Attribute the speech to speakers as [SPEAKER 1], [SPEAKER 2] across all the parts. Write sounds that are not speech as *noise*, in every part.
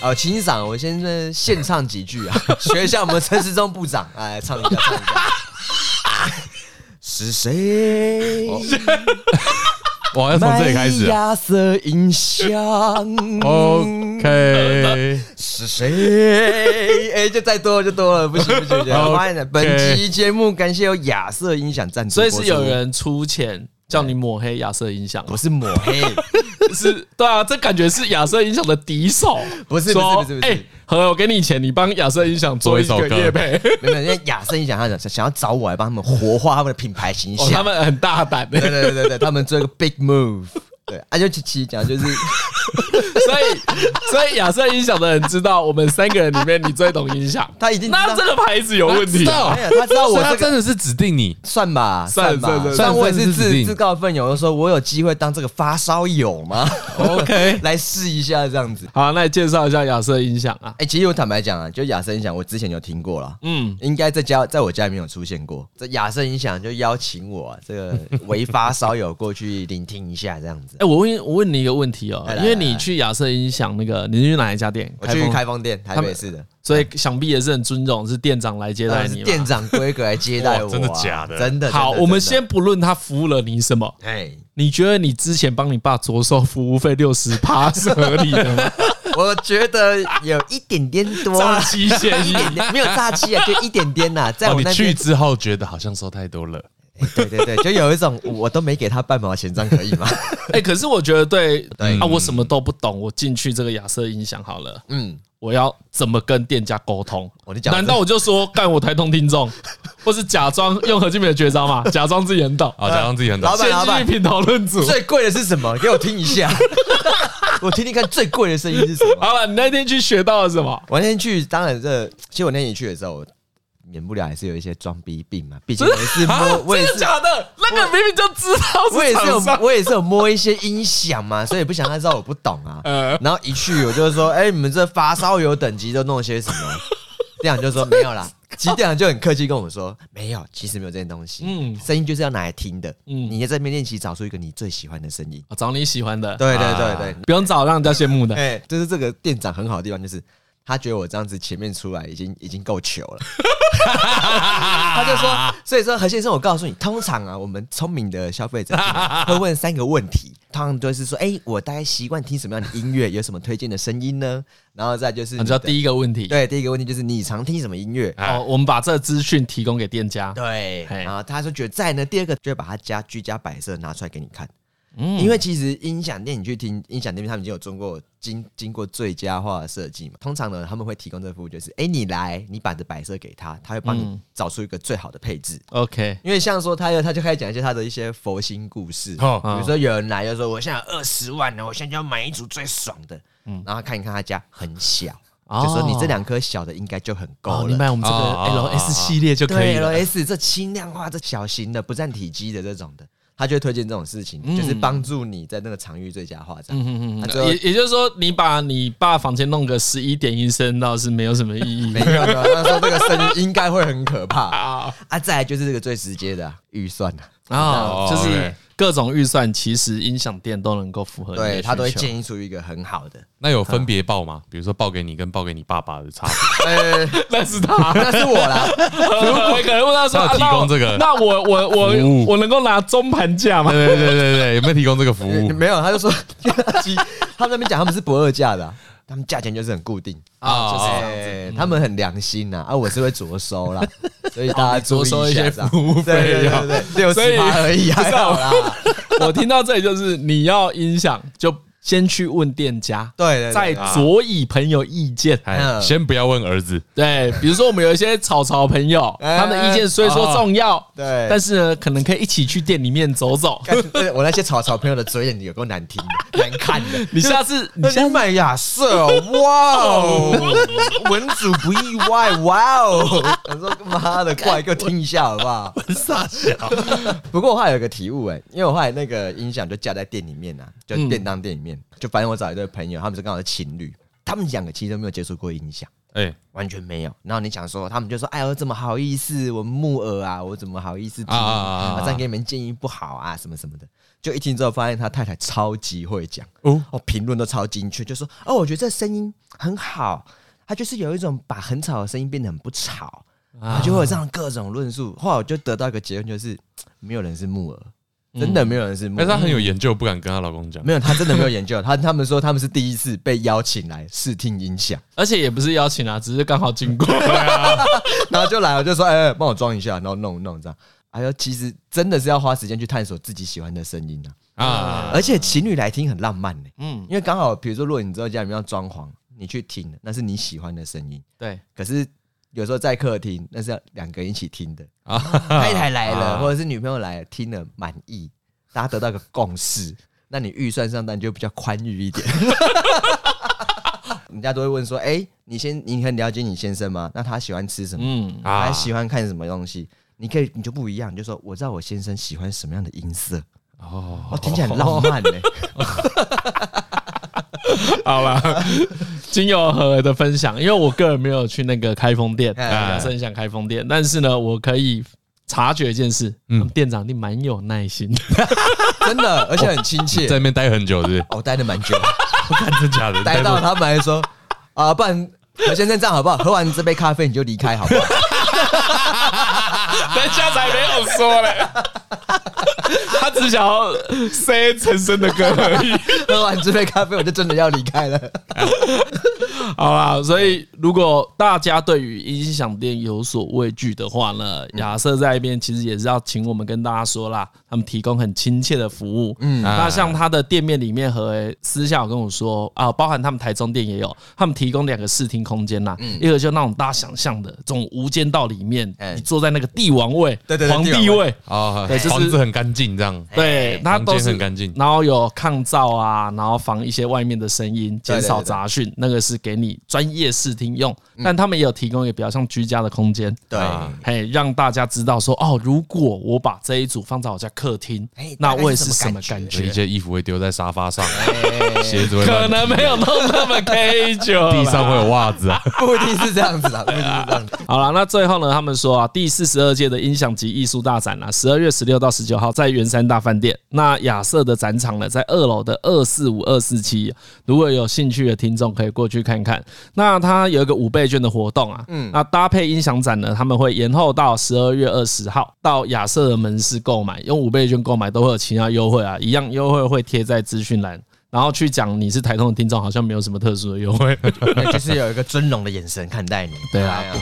[SPEAKER 1] 呃，请赏，我先呃献唱几句啊，学一下我们陈时中部长，哎，唱一下，唱一下。是谁？
[SPEAKER 2] 哇，哦要从这里开
[SPEAKER 1] 麦
[SPEAKER 2] 始啊
[SPEAKER 1] 亚瑟音箱。
[SPEAKER 2] ，OK，
[SPEAKER 1] 是谁？哎、就再多就多了，不行不行不行！
[SPEAKER 2] OK
[SPEAKER 1] 我发现了本期节目感谢有亚瑟音响赞助，
[SPEAKER 3] 所以是有，人出钱叫你抹黑亚瑟音响，
[SPEAKER 1] 不是抹黑，
[SPEAKER 3] 是，对啊，这感觉是亚瑟音响的敌手，
[SPEAKER 1] 不是
[SPEAKER 3] 说
[SPEAKER 1] 不是不是不是
[SPEAKER 3] 哎，何，我给你钱，你帮亚瑟音响做一
[SPEAKER 2] 做
[SPEAKER 3] 个
[SPEAKER 2] 一首歌
[SPEAKER 3] 乐
[SPEAKER 1] *laughs*
[SPEAKER 3] 配，
[SPEAKER 1] 没有，因为亚瑟音响他想想要找我来帮他们活化他们的品牌形
[SPEAKER 3] 哦，他
[SPEAKER 1] 象，
[SPEAKER 3] 们很大胆的
[SPEAKER 1] 对，对对对对，他们做一个 big move，对，啊，就其其实讲就是
[SPEAKER 3] 所以所以亚瑟音响的人知道，我们三个人里面你最懂音响，
[SPEAKER 1] 他一定知道
[SPEAKER 3] 那这个牌子有问题啊，
[SPEAKER 1] 哎呀，他知道
[SPEAKER 2] 所
[SPEAKER 1] 我
[SPEAKER 2] 以他
[SPEAKER 1] 这个
[SPEAKER 2] 真的是指定你，
[SPEAKER 1] 算吧，
[SPEAKER 3] 算
[SPEAKER 1] 算吧
[SPEAKER 3] 算，
[SPEAKER 1] 算我也
[SPEAKER 2] 算
[SPEAKER 1] 是
[SPEAKER 2] 算是指
[SPEAKER 1] 自
[SPEAKER 2] 定
[SPEAKER 1] 自告奋勇，就说我有机会当这个发烧友吗
[SPEAKER 2] OK
[SPEAKER 1] *laughs* 来试一下这样子。
[SPEAKER 3] 好，那你介绍一下亚瑟音响啊，
[SPEAKER 1] 哎、其实我坦白讲啊，就亚瑟音响，我之前有听过啦，
[SPEAKER 3] 嗯，
[SPEAKER 1] 应该在家在我家里面有出现过。这亚瑟音响就邀请我、啊、这个为发烧友过去聆听一下，这样子
[SPEAKER 3] *laughs* 哎、。我问我问你一个问题哦
[SPEAKER 1] 来，来
[SPEAKER 3] 因为你去亚瑟音响那个，你是去哪一家店？
[SPEAKER 1] 我去
[SPEAKER 3] 封
[SPEAKER 1] 开封店，台北市的，
[SPEAKER 3] 所以想必也是很尊重，是店长来接
[SPEAKER 1] 当
[SPEAKER 3] 待
[SPEAKER 1] 然
[SPEAKER 3] 你
[SPEAKER 1] 是
[SPEAKER 3] 嘛。
[SPEAKER 1] 呃 *laughs* 店长规格来接待我、啊，
[SPEAKER 2] 哇真的假的
[SPEAKER 1] 真的。
[SPEAKER 3] 好，
[SPEAKER 1] 真的
[SPEAKER 3] 我们
[SPEAKER 1] 真的
[SPEAKER 3] 先不论他服务了你什么，
[SPEAKER 1] 哎，
[SPEAKER 3] 你觉得你之前帮你爸着收服务费六十趴是合理的
[SPEAKER 1] *laughs*
[SPEAKER 3] 吗？
[SPEAKER 1] 我觉得有一点点
[SPEAKER 3] *laughs*
[SPEAKER 1] 多
[SPEAKER 3] 诈
[SPEAKER 1] 啦，
[SPEAKER 3] 欺嫌
[SPEAKER 1] 一
[SPEAKER 3] 疑。
[SPEAKER 1] *laughs* 点点没有诈欺啊，就一点点
[SPEAKER 3] *laughs*
[SPEAKER 1] 呐、在
[SPEAKER 2] 哦，
[SPEAKER 1] 我
[SPEAKER 2] 你
[SPEAKER 1] 那
[SPEAKER 2] 去
[SPEAKER 1] 边，哎
[SPEAKER 2] 之后觉得好像收太多了，
[SPEAKER 1] 对对对，就有一种我都没给他半毛钱，这样可以
[SPEAKER 3] *laughs*
[SPEAKER 1] 吗？
[SPEAKER 3] 哎、可是我觉得对，
[SPEAKER 1] 对
[SPEAKER 3] 啊，我什么都不懂，我进去这个亚瑟音响好了，
[SPEAKER 1] 嗯，
[SPEAKER 3] 我要怎么跟店家沟通？
[SPEAKER 1] 我就讲，
[SPEAKER 3] 难道我
[SPEAKER 1] *laughs*
[SPEAKER 3] 就说干我台通听众，或是假装用何俊美的绝招嘛，假装自己很懂，
[SPEAKER 2] 啊，假装自己很
[SPEAKER 1] 嗯
[SPEAKER 2] 懂
[SPEAKER 1] 老，板
[SPEAKER 3] 先
[SPEAKER 1] 老
[SPEAKER 3] 进
[SPEAKER 1] 板
[SPEAKER 3] 去品讨论组。
[SPEAKER 1] 最贵的是什么？给我听一下， *laughs* 我听听看最贵的声音是什么。
[SPEAKER 3] 好了，你那天去学到了什么？
[SPEAKER 1] 我那天去，当然这，其实我那天去的时候，我免不了还是有一些装逼病嘛，毕竟我也是摸，我也
[SPEAKER 3] *laughs* 真的
[SPEAKER 1] 是。
[SPEAKER 3] 假的？那个明明就知道
[SPEAKER 1] 我也
[SPEAKER 3] 是
[SPEAKER 1] 是
[SPEAKER 3] 厂
[SPEAKER 1] 有，
[SPEAKER 3] 商。
[SPEAKER 1] 我也是有摸一些音响嘛，所以不想让他知道我不懂啊。
[SPEAKER 3] 呃，
[SPEAKER 1] 然后一去我就说，哎、你们这发烧友等级都弄些什么？店长就说没有啦，其实店长就很客气跟我说，没有，其实没有这件东西。
[SPEAKER 3] 嗯
[SPEAKER 1] 嗯，声音就是要拿来听的。
[SPEAKER 3] 嗯
[SPEAKER 1] 嗯，你在这边练习找出一个你最喜欢的声音。
[SPEAKER 3] 找你喜欢的，
[SPEAKER 1] 对对
[SPEAKER 2] 啊
[SPEAKER 1] 对对，
[SPEAKER 3] 不用找让人家羡慕的。
[SPEAKER 1] 哎、就是这个店长很好的地方，就是他觉得我这样子前面出来已经已经够糗了， *laughs* 他就说，所以说何先生，我告诉你，通常啊，我们聪明的消费者啊会问三个问题，通常就是说，哎、我大概习惯听什么样的音乐，有什么推荐的声音呢？然后再就是
[SPEAKER 3] 啊你知道
[SPEAKER 1] 一
[SPEAKER 3] 第一个问题，
[SPEAKER 1] 对第一个问题就是你常听什么音乐？
[SPEAKER 3] 哦，我们把这个资讯提供给店家。
[SPEAKER 1] 对，
[SPEAKER 3] 嘿
[SPEAKER 1] 然后他说觉得在呢，第二个就会把他家居家摆设拿出来给你看。
[SPEAKER 3] 嗯
[SPEAKER 1] 因为其实音响店你去听音响店，他们已经有做过经经过最佳化的设计嘛。通常呢，他们会提供这个服务，就是哎、你来，你把这摆设给他，他会帮你
[SPEAKER 3] 嗯
[SPEAKER 1] 找出一个最好的配置。
[SPEAKER 3] OK，
[SPEAKER 1] 因为像说他又他就开始讲一些他的一些佛心故事，
[SPEAKER 2] 哦
[SPEAKER 1] 比如说有人来就说我现在二十万呢，我现在就要买一组最爽的，然后看一看他家很小，
[SPEAKER 3] 嗯哦
[SPEAKER 1] 就说你这两颗小的应该就很够
[SPEAKER 3] 哦，
[SPEAKER 1] 了。
[SPEAKER 3] 你买我们这
[SPEAKER 2] 哦哦哦
[SPEAKER 3] 个 LS 系列就可
[SPEAKER 1] 对
[SPEAKER 3] 以了。
[SPEAKER 1] LS 这轻量化、这小型的、不占体积的这种的，他就会推荐这种事情，就是帮助你在那个场域最佳化这样。
[SPEAKER 3] 嗯
[SPEAKER 1] 啊
[SPEAKER 3] 嗯
[SPEAKER 1] 最后
[SPEAKER 3] 也也就是说，你把你爸房间弄个十一点一声，倒是没有什么意义
[SPEAKER 1] 没有的，他说这个声音应该会很可怕
[SPEAKER 3] *laughs* 啊
[SPEAKER 1] 啊！再来就是这个最直接的啊预算啊，
[SPEAKER 3] 啊！
[SPEAKER 2] 哦
[SPEAKER 3] 就是
[SPEAKER 2] 对
[SPEAKER 3] 各种预算，其实音响店都能够符合你的需
[SPEAKER 1] 对
[SPEAKER 3] 求。
[SPEAKER 1] 他都会建议出一个很好的。 *laughs*
[SPEAKER 2] 那有分别报吗？比如说报给你跟报给你爸爸的差别，
[SPEAKER 1] 呃，
[SPEAKER 3] *laughs* 那
[SPEAKER 1] *laughs*
[SPEAKER 3] 是他，
[SPEAKER 1] 那是我啦，
[SPEAKER 3] 如果可能问他说，
[SPEAKER 2] 他有
[SPEAKER 3] 啊
[SPEAKER 2] 提供这个
[SPEAKER 3] 那我那我我
[SPEAKER 2] 服
[SPEAKER 3] 我
[SPEAKER 2] 务
[SPEAKER 3] 我能够拿中盘价吗？
[SPEAKER 2] 对对对对对，有没有提供这个服
[SPEAKER 3] 嗯
[SPEAKER 2] 务？
[SPEAKER 1] 没有，他就说 *laughs* 鸡他们那边讲他们是不二价的啊，他们价钱就是很固定。
[SPEAKER 3] 啊，就是这样子。
[SPEAKER 1] 哎，他们很良心呐，啊，我是会着收
[SPEAKER 3] *laughs*
[SPEAKER 1] 啦，所以大
[SPEAKER 3] 哦
[SPEAKER 1] 家
[SPEAKER 3] 你着
[SPEAKER 1] 注意
[SPEAKER 3] 收一
[SPEAKER 1] 下
[SPEAKER 3] 些
[SPEAKER 1] 这样
[SPEAKER 3] 服务费啊
[SPEAKER 1] 对对对对，六
[SPEAKER 3] 所以啊
[SPEAKER 1] 十八而已，啊还好啦。
[SPEAKER 3] *laughs* 我听到这里就是你要音响就先去问店家，
[SPEAKER 1] 对对对
[SPEAKER 3] 再
[SPEAKER 1] 对
[SPEAKER 3] 佐以朋友意见。
[SPEAKER 2] 哎，先不要问儿子，
[SPEAKER 3] 对，比如说我们有一些草草朋友，
[SPEAKER 1] *laughs* 哎哦
[SPEAKER 3] 他们的意见虽说重要，
[SPEAKER 1] 对
[SPEAKER 3] 但是呢，可能可以一起去店里面
[SPEAKER 1] *laughs*
[SPEAKER 3] 走走。
[SPEAKER 1] 干对我那些草草朋友的嘴脸有够难听的、难看的。
[SPEAKER 3] 你下次你
[SPEAKER 1] 那
[SPEAKER 3] 下
[SPEAKER 1] 你买亚瑟哦，哇哦，文主不意外，哇哦！我说妈的，过来给我听一下好不好？
[SPEAKER 2] 傻小，
[SPEAKER 1] 不过我后来有个体悟哎、因为我后来那个音响就架在店里面呐、啊，就便当店里面，就反正我找一对朋友，他们是刚好是情侣，他们两个其实都没有接触过音响，
[SPEAKER 2] 哎，
[SPEAKER 1] 完全没有。然后你讲说，他们就说：“哎呦，怎么好意思？我们木耳啊，我怎么好意思提
[SPEAKER 2] 啊啊啊啊啊
[SPEAKER 1] 啊？这样给你们建议不好啊，什么什么的。”就一听之后，发现他太太超级会讲
[SPEAKER 2] 哦
[SPEAKER 1] 哦，评论都超精确，就说：“哦，我觉得这声音很好，他就是有一种把很吵的声音变得很不吵。”他就会有这样各种论述。后来我就得到一个结论，就是没有人是木耳，真的没有人是木
[SPEAKER 2] 但
[SPEAKER 1] 耳。
[SPEAKER 2] 是她很有研究，不敢跟她老公讲。
[SPEAKER 1] 没有，他真的没有研究。他他们说他们是第一次被邀请来试听音响，
[SPEAKER 3] 而且也不是邀请啊，只是刚好经过。
[SPEAKER 1] *laughs* 然后就来了，就说：“哎、哎帮我装一下，然后弄弄这样。”哎呦，其实真的是要花时间去探索自己喜欢的声音啊！
[SPEAKER 2] 啊，
[SPEAKER 1] 而且情侣来听很浪漫呢、
[SPEAKER 3] 嗯，
[SPEAKER 1] 因为刚好，比如说，如果你知道家里面要装潢，你去听，那是你喜欢的声音。
[SPEAKER 3] 对，
[SPEAKER 1] 可是有时候在客厅，那是要两个人一起听的
[SPEAKER 2] 啊
[SPEAKER 1] 啊，太太来了，
[SPEAKER 2] 啊
[SPEAKER 1] 或者是女朋友来了，听了满意，大家得到一个共识，那你预算上当然就比较宽裕一点。人家都会问说：“哎、你先，你很了解你先生吗？那他喜欢吃什么？
[SPEAKER 3] *laughs* 嗯，
[SPEAKER 2] 啊
[SPEAKER 1] 他喜欢看什么东西？”你可以，你就不一样，你就说我知道我先生喜欢什么样的音色，
[SPEAKER 2] 哦，
[SPEAKER 1] 哦，听起来很浪漫呢、
[SPEAKER 3] 好了，经由和的分享，因为我个人没有去那个开封店，
[SPEAKER 1] 哎
[SPEAKER 3] 假设很想开封店，但是呢，我可以察觉一件事，
[SPEAKER 2] 嗯
[SPEAKER 3] 嗯，店长你蛮有耐心，
[SPEAKER 1] 真的，而且很亲切。？
[SPEAKER 2] 在那边待很久，是不是
[SPEAKER 1] 哦，待的蛮久，
[SPEAKER 2] 真假 *laughs* 的？
[SPEAKER 1] 待
[SPEAKER 2] 多
[SPEAKER 1] 到
[SPEAKER 2] 久
[SPEAKER 1] 他们还说啊，不然何先生这样好不好？喝完这杯咖啡你就离开好不好？
[SPEAKER 3] *laughs* 人家才没有说 *laughs* 嘞，他只想要 say 陈升的歌而已。
[SPEAKER 1] 喝完这杯咖啡我就真的要离开了。
[SPEAKER 3] *laughs* 好啦，所以如果大家对于音响店有所畏惧的话呢，亚瑟在一边其实也是要请我们跟大家说啦，他们提供很亲切的服务。嗯，那像他的店面里面和诶私下有跟我说啊，包含他们台中店也有，他们提供两个视听空间啦，一个就那种大家想象的这种《无间道》里面，
[SPEAKER 1] 哎
[SPEAKER 3] 你坐在那个帝王位，
[SPEAKER 1] 对对对
[SPEAKER 3] 皇帝
[SPEAKER 1] 帝王
[SPEAKER 3] 位，
[SPEAKER 2] 哦，
[SPEAKER 3] 对就是哎
[SPEAKER 2] 房子很干净，这样
[SPEAKER 3] 对，它
[SPEAKER 2] 房
[SPEAKER 3] 都
[SPEAKER 2] 间
[SPEAKER 3] 是
[SPEAKER 2] 很干净
[SPEAKER 3] 然后有抗噪啊，然后防一些外面的声音，
[SPEAKER 1] 对
[SPEAKER 3] 减少
[SPEAKER 1] 对对
[SPEAKER 3] 杂讯，那个是给你专业视听用。但他们也有提供一个比较像居家的空间，
[SPEAKER 1] 嗯对
[SPEAKER 2] 啊
[SPEAKER 3] 嘿，让大家知道说，哦，如果我把这一组放在我家客厅
[SPEAKER 1] 哎，
[SPEAKER 3] 那
[SPEAKER 1] 大概
[SPEAKER 3] 我也
[SPEAKER 1] 是
[SPEAKER 3] 是
[SPEAKER 1] 什
[SPEAKER 3] 什
[SPEAKER 1] 么
[SPEAKER 3] 么
[SPEAKER 1] 感
[SPEAKER 3] 感
[SPEAKER 2] 有一
[SPEAKER 3] 觉？
[SPEAKER 2] 些衣服会丢在沙发上，
[SPEAKER 1] 哎
[SPEAKER 2] 鞋子会
[SPEAKER 3] 可
[SPEAKER 2] 乱
[SPEAKER 3] 能没有弄那么 K *laughs* 九，
[SPEAKER 2] 地上会有袜子啊。
[SPEAKER 1] 不一定是这样子啦，不一定是这样子。
[SPEAKER 3] 好了，那最后呢，他们说啊，第四十二届的音响及艺术大展啊，十二月十六到十九号在圆山大饭店。那亚瑟的展场呢，在二楼的二四五二四七，如果有兴趣的听众可以过去看看。那它有一个五倍券的活动啊，嗯，那搭配音响展呢，他们会延后到十二月二十号到亚瑟的门市购买，用五倍券购买都会有其他优惠啊，一样优惠会贴在资讯栏。然后去讲你是台通的听众，好像没有什么特殊的优惠。
[SPEAKER 1] 对就是有一个尊荣的眼神看待你。
[SPEAKER 3] 对啊
[SPEAKER 1] 哎呀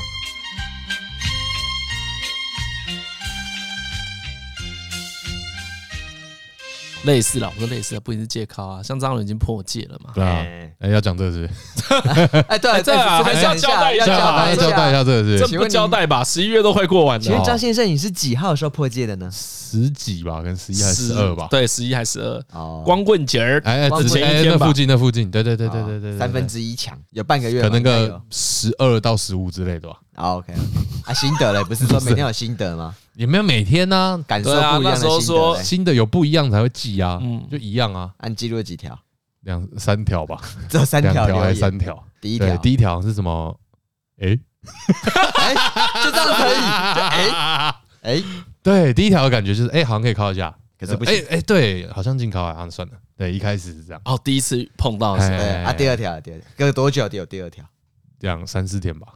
[SPEAKER 3] 类似啦，我说类似啦，不一定是借靠啊，像张伦已经破戒了嘛。
[SPEAKER 2] 对啊
[SPEAKER 1] 哎，
[SPEAKER 2] 哎，要讲这个是不是？
[SPEAKER 1] 哎，对，
[SPEAKER 3] 对啊
[SPEAKER 1] 这个
[SPEAKER 3] 还是
[SPEAKER 1] 讲
[SPEAKER 3] 要
[SPEAKER 1] 一
[SPEAKER 3] 交代一
[SPEAKER 1] 要
[SPEAKER 3] 下
[SPEAKER 1] 交代
[SPEAKER 2] 要交代一。下这个是
[SPEAKER 3] 这
[SPEAKER 2] 不是
[SPEAKER 1] 请
[SPEAKER 3] 不
[SPEAKER 1] 问你
[SPEAKER 3] 交代吧，十一月都快过完
[SPEAKER 1] 请
[SPEAKER 3] 了
[SPEAKER 1] 问
[SPEAKER 3] 哦，
[SPEAKER 1] 张先生，你是几号的时候破戒的呢？
[SPEAKER 2] 十几吧，跟十一还是十二吧？
[SPEAKER 3] 对，十一还是十二？
[SPEAKER 1] 哦，
[SPEAKER 3] 光棍节儿，
[SPEAKER 2] 哎，哎
[SPEAKER 1] 光
[SPEAKER 2] 之前
[SPEAKER 3] 棍
[SPEAKER 2] 哎
[SPEAKER 3] 节
[SPEAKER 2] 那
[SPEAKER 3] 吧
[SPEAKER 2] 附近那附近，对对对对对对对，
[SPEAKER 1] 哦三分
[SPEAKER 2] 之
[SPEAKER 1] 之一强，有半个月吧
[SPEAKER 2] 可能
[SPEAKER 1] 应该
[SPEAKER 2] 个
[SPEAKER 1] 有
[SPEAKER 2] 十二到十五之类的吧，
[SPEAKER 1] 哦 OK，啊，心得嘞，不是说每天有心得吗？
[SPEAKER 2] 也没有每天呢，
[SPEAKER 1] 感受不一
[SPEAKER 3] 对啊
[SPEAKER 1] 样的
[SPEAKER 3] 那时候
[SPEAKER 1] 心得
[SPEAKER 3] 对
[SPEAKER 1] 嘞。
[SPEAKER 2] *laughs* 新的有不一样才会记啊
[SPEAKER 3] 嗯，
[SPEAKER 2] 就一样啊，
[SPEAKER 1] 按记录了几条？ *laughs*
[SPEAKER 2] 两三条吧，
[SPEAKER 1] 只有三
[SPEAKER 2] 两
[SPEAKER 1] 条
[SPEAKER 2] 条还
[SPEAKER 1] 留
[SPEAKER 2] 是
[SPEAKER 1] 言，
[SPEAKER 2] 三条？
[SPEAKER 1] 第一
[SPEAKER 2] 对，
[SPEAKER 1] 条
[SPEAKER 2] 第一条是什么？哎，
[SPEAKER 1] 哎，就这样可以？ *laughs* 就哎
[SPEAKER 2] *laughs*
[SPEAKER 1] 哎，
[SPEAKER 2] 对，第一条的感觉就是哎，好像可以靠一下，
[SPEAKER 1] 可是不
[SPEAKER 2] 哎
[SPEAKER 1] 行。
[SPEAKER 2] 哎，对，好像进考啊，啊算了，对，一开始是这样，
[SPEAKER 3] 哦，第一次碰到的
[SPEAKER 2] 哎
[SPEAKER 3] 时候，
[SPEAKER 1] 对啊，第二条，第二条，隔多久有第二条？
[SPEAKER 2] 这样三四天吧，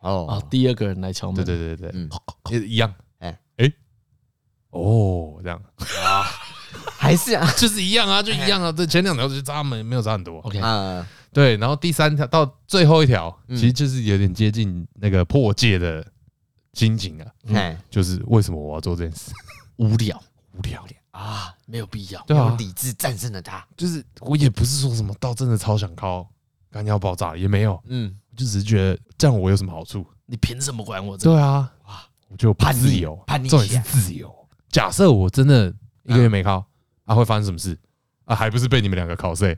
[SPEAKER 1] 哦
[SPEAKER 3] 哦，，第二个人来敲门，
[SPEAKER 2] 对对对对，
[SPEAKER 1] 嗯，
[SPEAKER 2] 对一样，哎
[SPEAKER 1] 哎
[SPEAKER 2] 哎，哦，这样
[SPEAKER 1] 还是啊，
[SPEAKER 2] 就是一样啊，就一样啊，对，前两条就差没没有差很多，
[SPEAKER 3] ，OK，
[SPEAKER 1] 啊，
[SPEAKER 2] 对，然后第三条到最后一条，
[SPEAKER 1] 嗯
[SPEAKER 2] 其实就是有点接近那个破戒的心情啊，
[SPEAKER 1] 哎
[SPEAKER 2] 就是为什么我要做这件事？
[SPEAKER 3] 无聊，
[SPEAKER 2] 无聊，
[SPEAKER 1] 啊，
[SPEAKER 3] 没有必要。
[SPEAKER 2] 对
[SPEAKER 1] 用
[SPEAKER 2] 啊，
[SPEAKER 1] 理智战胜了他。
[SPEAKER 2] 就是我也不是说什么到真的超想靠干要爆炸，也没有，
[SPEAKER 1] 嗯，
[SPEAKER 2] 就只是觉得这样我有什么好处？
[SPEAKER 3] 你凭什么管我这个？
[SPEAKER 2] 对啊，哇，我就
[SPEAKER 1] 叛逆
[SPEAKER 2] 自由，
[SPEAKER 1] 叛逆
[SPEAKER 2] 哦重点
[SPEAKER 1] 起来
[SPEAKER 2] 是自由。假设我真的一个月没
[SPEAKER 3] 嗯
[SPEAKER 2] 靠，啊，会发生什么事？啊，还不是被你们两个考碎？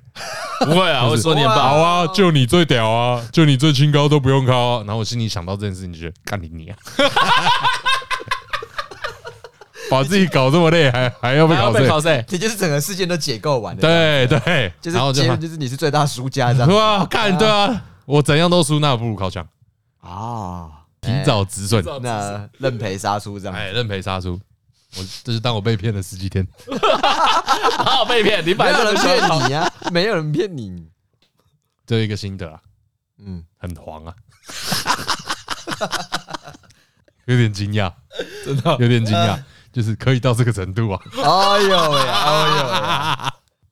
[SPEAKER 3] 不会 *laughs* 啊，我说你
[SPEAKER 2] *laughs*
[SPEAKER 3] 很
[SPEAKER 1] 哇
[SPEAKER 3] 棒。
[SPEAKER 2] 好啊，就你最屌啊，就你最清高都不用靠啊、然后我心里想到这件事情，就觉得干你你啊， *laughs* 把自己搞这么累，还还要被
[SPEAKER 3] 还要
[SPEAKER 2] 搞
[SPEAKER 3] 啊被
[SPEAKER 2] 碎？
[SPEAKER 1] *laughs*
[SPEAKER 3] 考谁？
[SPEAKER 1] 这就是整个事件都解构完了。，
[SPEAKER 2] 对对，
[SPEAKER 1] 就
[SPEAKER 2] 然后
[SPEAKER 1] 是
[SPEAKER 2] 就 *laughs*
[SPEAKER 1] 结论就是你是最大输家这样。
[SPEAKER 2] 啊哇，干对啊，我怎样都输，那不如靠枪。
[SPEAKER 1] 啊，
[SPEAKER 3] 哎
[SPEAKER 2] 提早止损，
[SPEAKER 1] 那认赔杀出这样。
[SPEAKER 2] 哎，认赔杀出。我这是当我被骗了十几天，
[SPEAKER 3] 好被骗，你
[SPEAKER 1] 没
[SPEAKER 3] 买
[SPEAKER 1] 有
[SPEAKER 3] 了
[SPEAKER 1] 人
[SPEAKER 3] 个
[SPEAKER 1] 骗你啊，没有人骗你。
[SPEAKER 2] 这一个心得啊，
[SPEAKER 1] 嗯，
[SPEAKER 2] 很黄啊， *laughs* 有点惊讶，
[SPEAKER 1] 真
[SPEAKER 3] 啊
[SPEAKER 1] 的。
[SPEAKER 2] 有点惊讶，
[SPEAKER 3] 呃
[SPEAKER 2] 就是可以到这个程度啊。
[SPEAKER 1] 哎呦喂，哎呦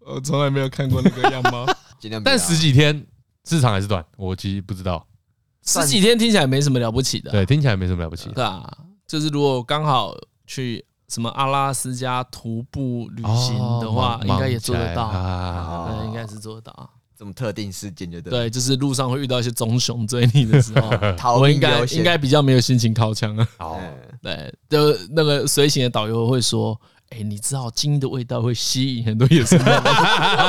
[SPEAKER 1] 喂，
[SPEAKER 3] 我从来没有看过那个样貌。
[SPEAKER 1] 尽量不要。
[SPEAKER 2] 但十几天市场还是短，我其实不知道。
[SPEAKER 3] 十几天听起来没什么了不起的，
[SPEAKER 2] 对，听起来没什么了不起。
[SPEAKER 3] 对啊，就是如果刚好去什么阿拉斯加徒步旅行的话，
[SPEAKER 2] 哦
[SPEAKER 3] 应该也做得
[SPEAKER 2] 忙起来
[SPEAKER 3] 到，
[SPEAKER 2] 啊。
[SPEAKER 1] 哦
[SPEAKER 3] 对，应该是做得到啊。
[SPEAKER 1] 这种特定事件就对了。
[SPEAKER 3] 对，就是路上会遇到一些棕熊追你的时候，
[SPEAKER 1] 逃
[SPEAKER 3] 我
[SPEAKER 1] 命
[SPEAKER 3] 应该
[SPEAKER 1] 优先
[SPEAKER 3] 应该比较没有心情靠枪啊。 *laughs*
[SPEAKER 2] 好，
[SPEAKER 1] 嗯
[SPEAKER 3] 对，就那个随行的导游会说：“哎、你知道鲸的味道会吸引很多野生动物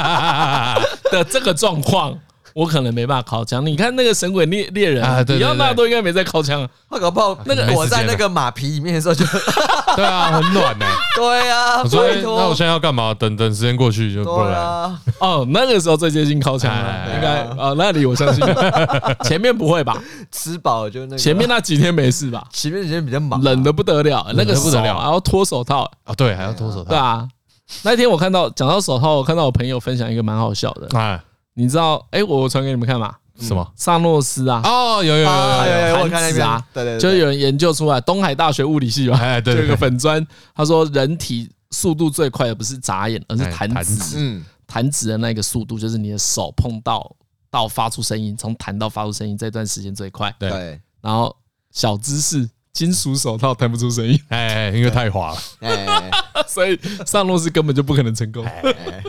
[SPEAKER 3] *laughs* 的这个状况。”我可能没办法靠枪，你看那个神鬼猎猎人，
[SPEAKER 2] 啊对对
[SPEAKER 3] 里奥纳
[SPEAKER 2] 对
[SPEAKER 3] 多应该没在靠枪啊，
[SPEAKER 1] 他搞不好那
[SPEAKER 2] 没时
[SPEAKER 1] 个
[SPEAKER 2] 间
[SPEAKER 1] 裹在
[SPEAKER 2] 了
[SPEAKER 1] 那个马皮里面的时候就 *laughs*
[SPEAKER 2] 对啊，很
[SPEAKER 3] *laughs*
[SPEAKER 2] 暖呢。
[SPEAKER 1] 对啊，
[SPEAKER 2] 我说，哎
[SPEAKER 1] 拜
[SPEAKER 2] 那我
[SPEAKER 1] 托，
[SPEAKER 2] 现在要干嘛？等等时间过去就不
[SPEAKER 1] 对
[SPEAKER 2] 然。
[SPEAKER 1] 啊，
[SPEAKER 3] 哦，那个时候最接近靠墙
[SPEAKER 2] 哎
[SPEAKER 3] 了，
[SPEAKER 2] 哎
[SPEAKER 3] 应该啊，那里我相信， *laughs* 前面不会吧？
[SPEAKER 1] 吃饱就那个。
[SPEAKER 3] 前面那几天没事吧？
[SPEAKER 1] 前面人比较忙，啊
[SPEAKER 3] 冷的不得了，那个
[SPEAKER 2] 不得了
[SPEAKER 3] 手啊还要脱手套，
[SPEAKER 2] 啊，对，还要脱手
[SPEAKER 3] 对
[SPEAKER 2] 套。
[SPEAKER 3] 啊。那天我看到讲到手套，我看到我朋友分享一个蛮好笑的，
[SPEAKER 2] 哎，
[SPEAKER 3] 你知道？哎，我我传给你们看嘛，
[SPEAKER 2] 什么？
[SPEAKER 3] 萨诺斯啊，
[SPEAKER 2] 哦，有有有
[SPEAKER 1] 啊，
[SPEAKER 2] 有
[SPEAKER 1] 有
[SPEAKER 2] 有。
[SPEAKER 1] 有有，我
[SPEAKER 3] 盘
[SPEAKER 1] 看那
[SPEAKER 3] 子啊
[SPEAKER 1] 边，对对，对
[SPEAKER 3] 就是有人研究出来，东海大学物理系吧，
[SPEAKER 2] 哎，
[SPEAKER 3] 就
[SPEAKER 2] 对
[SPEAKER 3] *laughs* 有一
[SPEAKER 2] 对
[SPEAKER 3] 个
[SPEAKER 2] 对，
[SPEAKER 3] 粉砖，他说人体速度最快的不是眨眼，而是
[SPEAKER 2] 哎
[SPEAKER 3] 弹
[SPEAKER 2] 弹
[SPEAKER 3] 指。
[SPEAKER 2] 指
[SPEAKER 1] 嗯，
[SPEAKER 3] 弹指的那个速度，就是你的手碰到到发出声音，从弹到发出声音这段时间最快。
[SPEAKER 2] 对
[SPEAKER 1] 对，
[SPEAKER 3] 然后小知识，金属手套弹不出声音， *laughs*
[SPEAKER 2] 哎，哎因为太滑了。
[SPEAKER 1] 哎哎，
[SPEAKER 3] 所以上路是根本就不可能成功。
[SPEAKER 1] 哎
[SPEAKER 3] *laughs*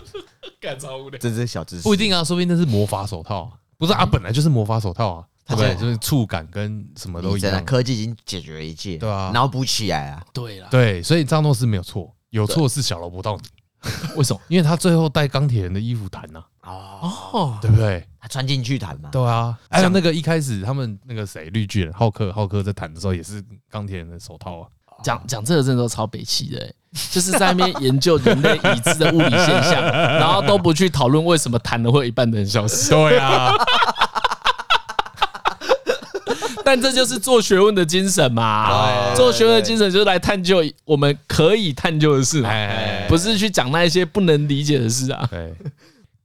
[SPEAKER 3] 干超无聊。
[SPEAKER 1] 这是小知识，
[SPEAKER 2] 不一定啊，说不定那是魔法手套，不是啊，本来就是魔法手套啊，对
[SPEAKER 1] 它
[SPEAKER 2] 不对？
[SPEAKER 1] 真的
[SPEAKER 2] 就是触感跟什么都
[SPEAKER 1] 你
[SPEAKER 2] 一
[SPEAKER 1] 真的
[SPEAKER 2] 样。
[SPEAKER 1] 科技已经解决了一切，
[SPEAKER 2] 对啊
[SPEAKER 1] 脑补起来啊，
[SPEAKER 3] 对了，
[SPEAKER 2] 对，所以张诺斯没有错，有错是小萝卜到你，
[SPEAKER 3] 为什么？
[SPEAKER 2] 因为他最后带钢铁人的衣服弹呐、
[SPEAKER 1] 哦，
[SPEAKER 3] 哦，
[SPEAKER 2] 对不对？
[SPEAKER 1] 他穿进去谈嘛，
[SPEAKER 2] 对啊，还有那个一开始他们那个谁绿巨人浩克，浩克在弹的时候也是钢铁人的手套啊，
[SPEAKER 3] 讲讲这个真的都超北气的、欸，就是在那边研究人类已知的物理现象，然后都不去讨论为什么弹了会有一半的人消失。
[SPEAKER 2] 对啊，
[SPEAKER 3] 但这就是做学问的精神嘛。
[SPEAKER 1] 对
[SPEAKER 3] 做学问的精神就是来探究我们可以探究的事嘛，
[SPEAKER 2] *laughs* 哎，
[SPEAKER 3] 不是去讲那一些不能理解的事啊。
[SPEAKER 2] 对，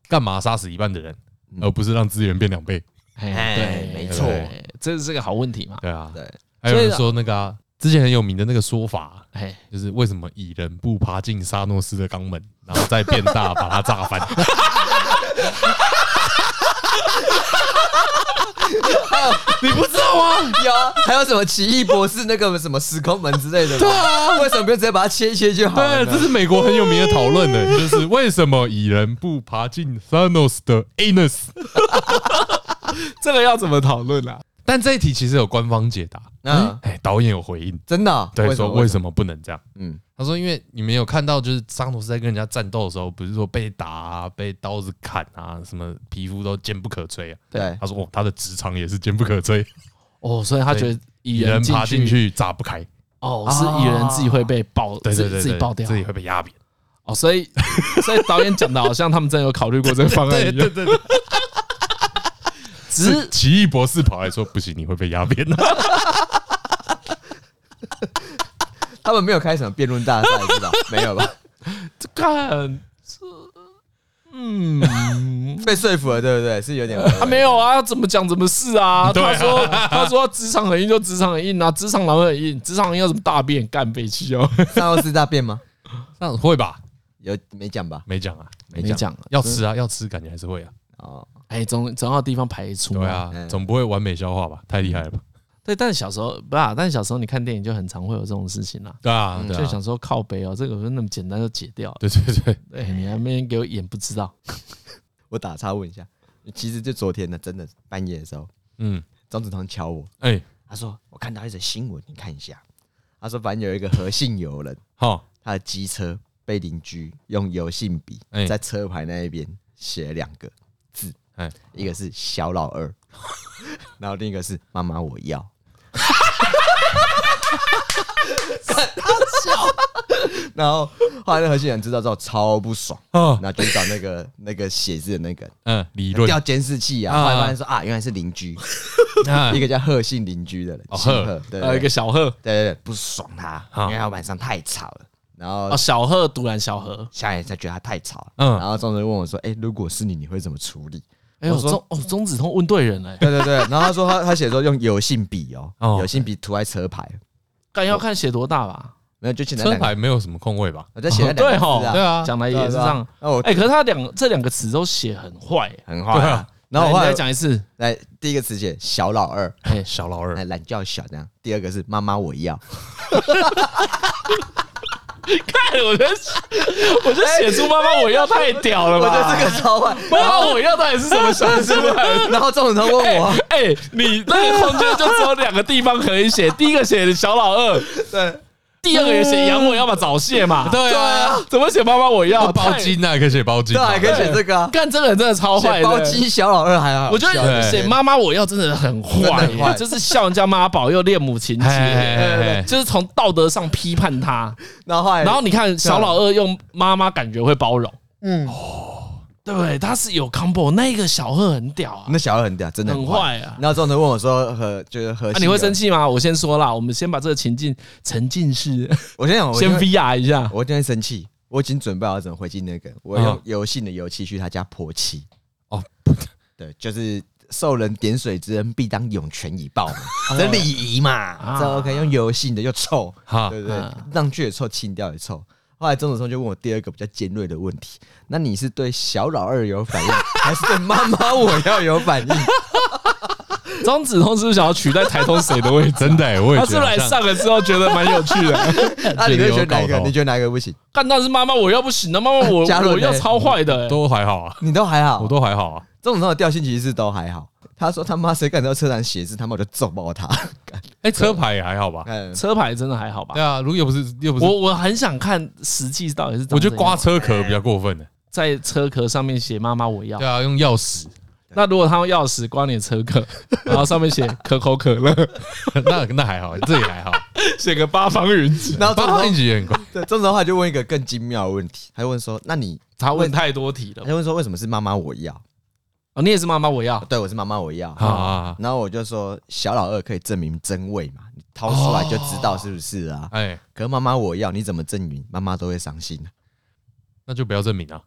[SPEAKER 2] 干嘛杀死一半的人，而不是让资源变两倍？
[SPEAKER 1] 哎
[SPEAKER 3] 对
[SPEAKER 1] 没
[SPEAKER 2] 错
[SPEAKER 3] 对这是个好问题嘛。
[SPEAKER 2] 对啊，
[SPEAKER 1] 对，
[SPEAKER 2] 还有人
[SPEAKER 3] 所以
[SPEAKER 2] 说那个啊，之前很有名的那个说法啊，
[SPEAKER 3] 哎，
[SPEAKER 2] 就是为什么蚁人不爬进沙诺斯的肛门，然后再变大把它炸翻？你不知道吗？
[SPEAKER 1] 有啊，还有什么奇异博士那个什么时空门之类的，对啊，为什么不直接把它切一切就好了
[SPEAKER 2] *laughs* 对，
[SPEAKER 1] 呢？
[SPEAKER 2] 这是美国很有名的讨论呢，就是为什么蚁人不爬进 Thanos 的 anus？
[SPEAKER 3] 这个要怎么讨论啊？
[SPEAKER 2] 但这一题其实有官方解答，
[SPEAKER 1] 嗯，
[SPEAKER 2] 哎，导演有回应，
[SPEAKER 1] 真的啊，
[SPEAKER 2] 对，说为
[SPEAKER 1] 么？
[SPEAKER 2] 什么不能这样？
[SPEAKER 1] 嗯，
[SPEAKER 2] 他说：“因为你们有看到，就是沙诺斯在跟人家战斗的时候，不是说被打、啊、被刀子砍啊，什么皮肤都坚不可摧啊。
[SPEAKER 1] 对
[SPEAKER 2] 他，说：‘哦，他的直肠也是坚不可摧，
[SPEAKER 3] 哦，所以他觉得蚁
[SPEAKER 2] 蚁人爬
[SPEAKER 3] 进
[SPEAKER 2] 进，去炸不开。’
[SPEAKER 3] 哦，是蚁人自己会被爆，
[SPEAKER 2] 对
[SPEAKER 3] 自
[SPEAKER 2] 对
[SPEAKER 3] 己
[SPEAKER 2] 对，
[SPEAKER 3] 自己爆掉
[SPEAKER 2] 自。己会被压扁。
[SPEAKER 3] 哦，所以所以导演讲的好像他们真的有考虑过这个方案一样，
[SPEAKER 2] 对对，
[SPEAKER 3] 只是
[SPEAKER 2] *laughs* 奇异博士跑来说：‘不行，你会被压 *laughs* 扁的。
[SPEAKER 1] 他们没有开什么辩论大赛是吧？没有吧？
[SPEAKER 3] 看这，嗯。
[SPEAKER 1] 被说服了，对不对？是有
[SPEAKER 2] *laughs*
[SPEAKER 1] 点啊
[SPEAKER 3] 他没有啊，怎么讲怎么是啊？
[SPEAKER 2] 对
[SPEAKER 3] 他
[SPEAKER 2] 啊
[SPEAKER 3] 说他说职场很硬就职场很硬啊，职场狼很硬，职场硬有什么大便干废气哦？
[SPEAKER 1] 三幺四大便吗？’
[SPEAKER 2] 这样会吧？
[SPEAKER 1] 有没讲吧？
[SPEAKER 2] 没讲啊，
[SPEAKER 1] 没
[SPEAKER 3] 没讲了，
[SPEAKER 2] 要吃啊，要吃，感觉还是会啊。
[SPEAKER 1] 哦，
[SPEAKER 3] 哎，总总要地方排出嘛
[SPEAKER 2] 对啊
[SPEAKER 1] 嗯，
[SPEAKER 2] 总不会完美消化吧？太厉害了吧？
[SPEAKER 3] 对，但小时候不啊，但小时候你看电影就很常会有这种事情啦，
[SPEAKER 2] 对啊，对
[SPEAKER 3] 就
[SPEAKER 2] 啊
[SPEAKER 3] 想，说靠北哦，这个不是那么简单就解掉了。
[SPEAKER 2] 对对对，
[SPEAKER 3] 哎，你还没给我演不知道，
[SPEAKER 1] 我打岔问一下，其实就昨天呢，真的半夜的时候，
[SPEAKER 2] 嗯，
[SPEAKER 1] 张子堂敲我，
[SPEAKER 2] 哎，
[SPEAKER 1] 他说我看到一则新闻，你看一下。他说反正有一个何姓友人，
[SPEAKER 2] 好，
[SPEAKER 1] 他的机车被邻居用油性笔
[SPEAKER 2] 哎
[SPEAKER 1] 在车牌那一边写了两个字，
[SPEAKER 2] 哎，
[SPEAKER 1] 一个是小老二， *laughs* 然后另一个是妈妈我要。 *laughs* 然后后来那何心人知道之后超不爽，
[SPEAKER 2] 哦，
[SPEAKER 1] 那就去找那个那个写字的那个
[SPEAKER 2] 嗯，理论
[SPEAKER 1] 调监视器啊，
[SPEAKER 2] 啊
[SPEAKER 1] 后来发现说啊，原来是邻居，
[SPEAKER 2] 啊
[SPEAKER 1] 一个叫贺姓邻居的人，
[SPEAKER 2] 哦
[SPEAKER 1] 姓
[SPEAKER 2] 贺
[SPEAKER 1] 贺，对
[SPEAKER 3] 还有一
[SPEAKER 1] 对
[SPEAKER 3] 个
[SPEAKER 1] 对
[SPEAKER 3] 小贺
[SPEAKER 1] 对，不爽他，
[SPEAKER 2] 啊
[SPEAKER 1] 因为他晚上太吵了，然后
[SPEAKER 3] 哦，小贺突然小贺，
[SPEAKER 1] 下来才觉得他太吵了，
[SPEAKER 2] 嗯
[SPEAKER 1] 然后钟子问我说，哎，如果是你，你会怎么处理？
[SPEAKER 3] 哎呦
[SPEAKER 1] 我说
[SPEAKER 3] 钟哦钟子通问对人了，
[SPEAKER 1] 对对对，然后他说他他写说用油性笔哦
[SPEAKER 2] 哦，
[SPEAKER 1] 油性笔涂在车牌，
[SPEAKER 3] 但要看写多大吧？
[SPEAKER 1] 没有就写那
[SPEAKER 2] 车
[SPEAKER 1] 两个，
[SPEAKER 2] 牌没有什么空位吧？
[SPEAKER 1] 我就写那
[SPEAKER 3] 哦对
[SPEAKER 1] 两
[SPEAKER 3] 吼
[SPEAKER 1] 个字
[SPEAKER 2] 对
[SPEAKER 1] 啊，
[SPEAKER 2] 啊，
[SPEAKER 3] 讲的也是这样。
[SPEAKER 1] 那我
[SPEAKER 3] 哎，可是他两这两个词都写很坏，欸
[SPEAKER 1] 很
[SPEAKER 2] 对
[SPEAKER 1] 坏
[SPEAKER 2] 啊
[SPEAKER 1] 啊。然后我后
[SPEAKER 3] 来你
[SPEAKER 1] 来
[SPEAKER 3] 再讲一次，
[SPEAKER 1] 来第一个词写小老二，
[SPEAKER 3] 哎，
[SPEAKER 2] 小老二
[SPEAKER 1] 来懒觉小这样。第二个是妈妈我要，
[SPEAKER 3] *laughs* 看我觉得我觉得写出妈妈我要太屌了
[SPEAKER 1] 哎我
[SPEAKER 3] 吧？
[SPEAKER 1] 觉得这个超坏。
[SPEAKER 3] 妈妈我要到底啊是什么想出来？
[SPEAKER 1] *laughs* 然后钟子通问我，
[SPEAKER 3] 哎、你那个空间就只有两个地方可以写，第一个写小老二，
[SPEAKER 1] 对，
[SPEAKER 3] 第二个也写阳我要么早泄嘛，
[SPEAKER 2] 对啊，
[SPEAKER 3] *laughs* 怎么写妈妈我要
[SPEAKER 2] 包？
[SPEAKER 3] 太
[SPEAKER 2] 金啊，可以写包金
[SPEAKER 1] 这
[SPEAKER 2] 啊，
[SPEAKER 1] 还可以写这个啊，
[SPEAKER 3] 哎干这个人真的超坏
[SPEAKER 1] 写
[SPEAKER 3] 的，
[SPEAKER 1] 包机小老二还好。
[SPEAKER 3] 我觉得
[SPEAKER 2] 对
[SPEAKER 3] 写妈妈我要真的很
[SPEAKER 1] 真的
[SPEAKER 3] 坏
[SPEAKER 1] 很
[SPEAKER 3] 耶，
[SPEAKER 1] 坏
[SPEAKER 3] 就是笑人家妈宝又恋母情
[SPEAKER 2] 嘿嘿
[SPEAKER 3] 节，
[SPEAKER 2] 嘿嘿
[SPEAKER 3] 就是从道德上批判他。
[SPEAKER 1] 然后
[SPEAKER 2] 哎
[SPEAKER 1] 后来，
[SPEAKER 3] 然后你看小老
[SPEAKER 2] 啊
[SPEAKER 3] 二用妈妈感觉会包容，
[SPEAKER 1] 嗯，
[SPEAKER 3] 对不对？他是有 combo，那个小贺很屌啊，
[SPEAKER 1] 那小二很屌，真的
[SPEAKER 3] 很
[SPEAKER 1] 坏。
[SPEAKER 3] 坏啊。
[SPEAKER 1] 然后钟子通问我说和就是和
[SPEAKER 3] 那你会生
[SPEAKER 1] 气？
[SPEAKER 3] 气吗？我先说啦，我们先把这个情境沉浸式
[SPEAKER 1] 我先讲，我
[SPEAKER 3] 先
[SPEAKER 1] 先
[SPEAKER 3] VR 一下。
[SPEAKER 1] 我今天生气。我已经准备好怎么回敬那个，我用油性的油漆去他家泼漆。
[SPEAKER 2] 嗯哦，
[SPEAKER 1] 对，就是受人点水之恩，必当涌泉以
[SPEAKER 2] *laughs*
[SPEAKER 1] 报嘛，
[SPEAKER 2] 啊
[SPEAKER 1] 这礼仪嘛，这 OK。用油性的又臭，
[SPEAKER 2] 哈，
[SPEAKER 1] 对不对
[SPEAKER 3] 啊？
[SPEAKER 1] 让去也臭，清掉也臭。后来钟子通就问我第二个比较尖锐的问题：那你是对小老二有
[SPEAKER 2] *laughs*
[SPEAKER 1] 反应，还是对妈妈我要有反应？
[SPEAKER 3] 张子通是不是想要取代台通谁的位置？
[SPEAKER 2] 真的欸， *laughs* 我也
[SPEAKER 3] 他
[SPEAKER 2] 觉
[SPEAKER 3] 是不
[SPEAKER 2] 得
[SPEAKER 3] 是
[SPEAKER 2] 好
[SPEAKER 3] 来
[SPEAKER 2] 像啊
[SPEAKER 3] 上了之后觉得蛮有趣
[SPEAKER 2] *laughs*
[SPEAKER 3] 的？
[SPEAKER 1] 那啊你会选哪一个
[SPEAKER 2] 觉得有搞？头
[SPEAKER 1] 你觉得哪一个不行？
[SPEAKER 3] 干但是妈妈我要不行了，妈
[SPEAKER 2] *laughs*
[SPEAKER 3] 妈我
[SPEAKER 1] 加入
[SPEAKER 3] 我要超坏的、欸。
[SPEAKER 2] 都还好啊，
[SPEAKER 1] 你都还好
[SPEAKER 2] 我，都还好啊，
[SPEAKER 1] 钟子通的调性其实是都还好。他说他妈谁敢在车上写字，他妈我就揍爆
[SPEAKER 2] *laughs*
[SPEAKER 1] 他。
[SPEAKER 2] 哎，车牌也还好吧？
[SPEAKER 1] 嗯，
[SPEAKER 3] 车牌真的还好吧
[SPEAKER 2] 对？啊，如果又不是又不是，
[SPEAKER 3] 我我很想看实际到底是怎
[SPEAKER 2] 我
[SPEAKER 3] 么样。
[SPEAKER 2] 觉得刮车壳比较过分的，
[SPEAKER 3] 在车壳上面写“妈妈我要
[SPEAKER 2] 对”，啊，用钥匙， *laughs*
[SPEAKER 3] 那如果他用钥匙刮你的车壳， *laughs* 然后上面写“可口可乐
[SPEAKER 2] 那那还好，这也还好，”，
[SPEAKER 3] *laughs* 写个八方云集，
[SPEAKER 1] 然后钟
[SPEAKER 2] 八
[SPEAKER 1] 子
[SPEAKER 2] 方
[SPEAKER 1] 通
[SPEAKER 2] 云集也很怪，
[SPEAKER 1] 对钟子通后来就问一个更精妙的问题，他就问说：那你
[SPEAKER 3] 他问太多题了
[SPEAKER 1] 他。就问说为什么是妈妈我要？
[SPEAKER 3] 哦，你也是妈妈我要，
[SPEAKER 1] 对，我是妈妈我要。
[SPEAKER 2] 啊啊，
[SPEAKER 1] 然后我就说小老二可以证明真伪嘛，你掏出来就知
[SPEAKER 3] 哦
[SPEAKER 1] 道是不是啊？
[SPEAKER 2] 哎，
[SPEAKER 1] 可是妈妈我要，你怎么证明？妈妈都会伤
[SPEAKER 3] 啊
[SPEAKER 1] 心、啊
[SPEAKER 2] 那就不要证明啊，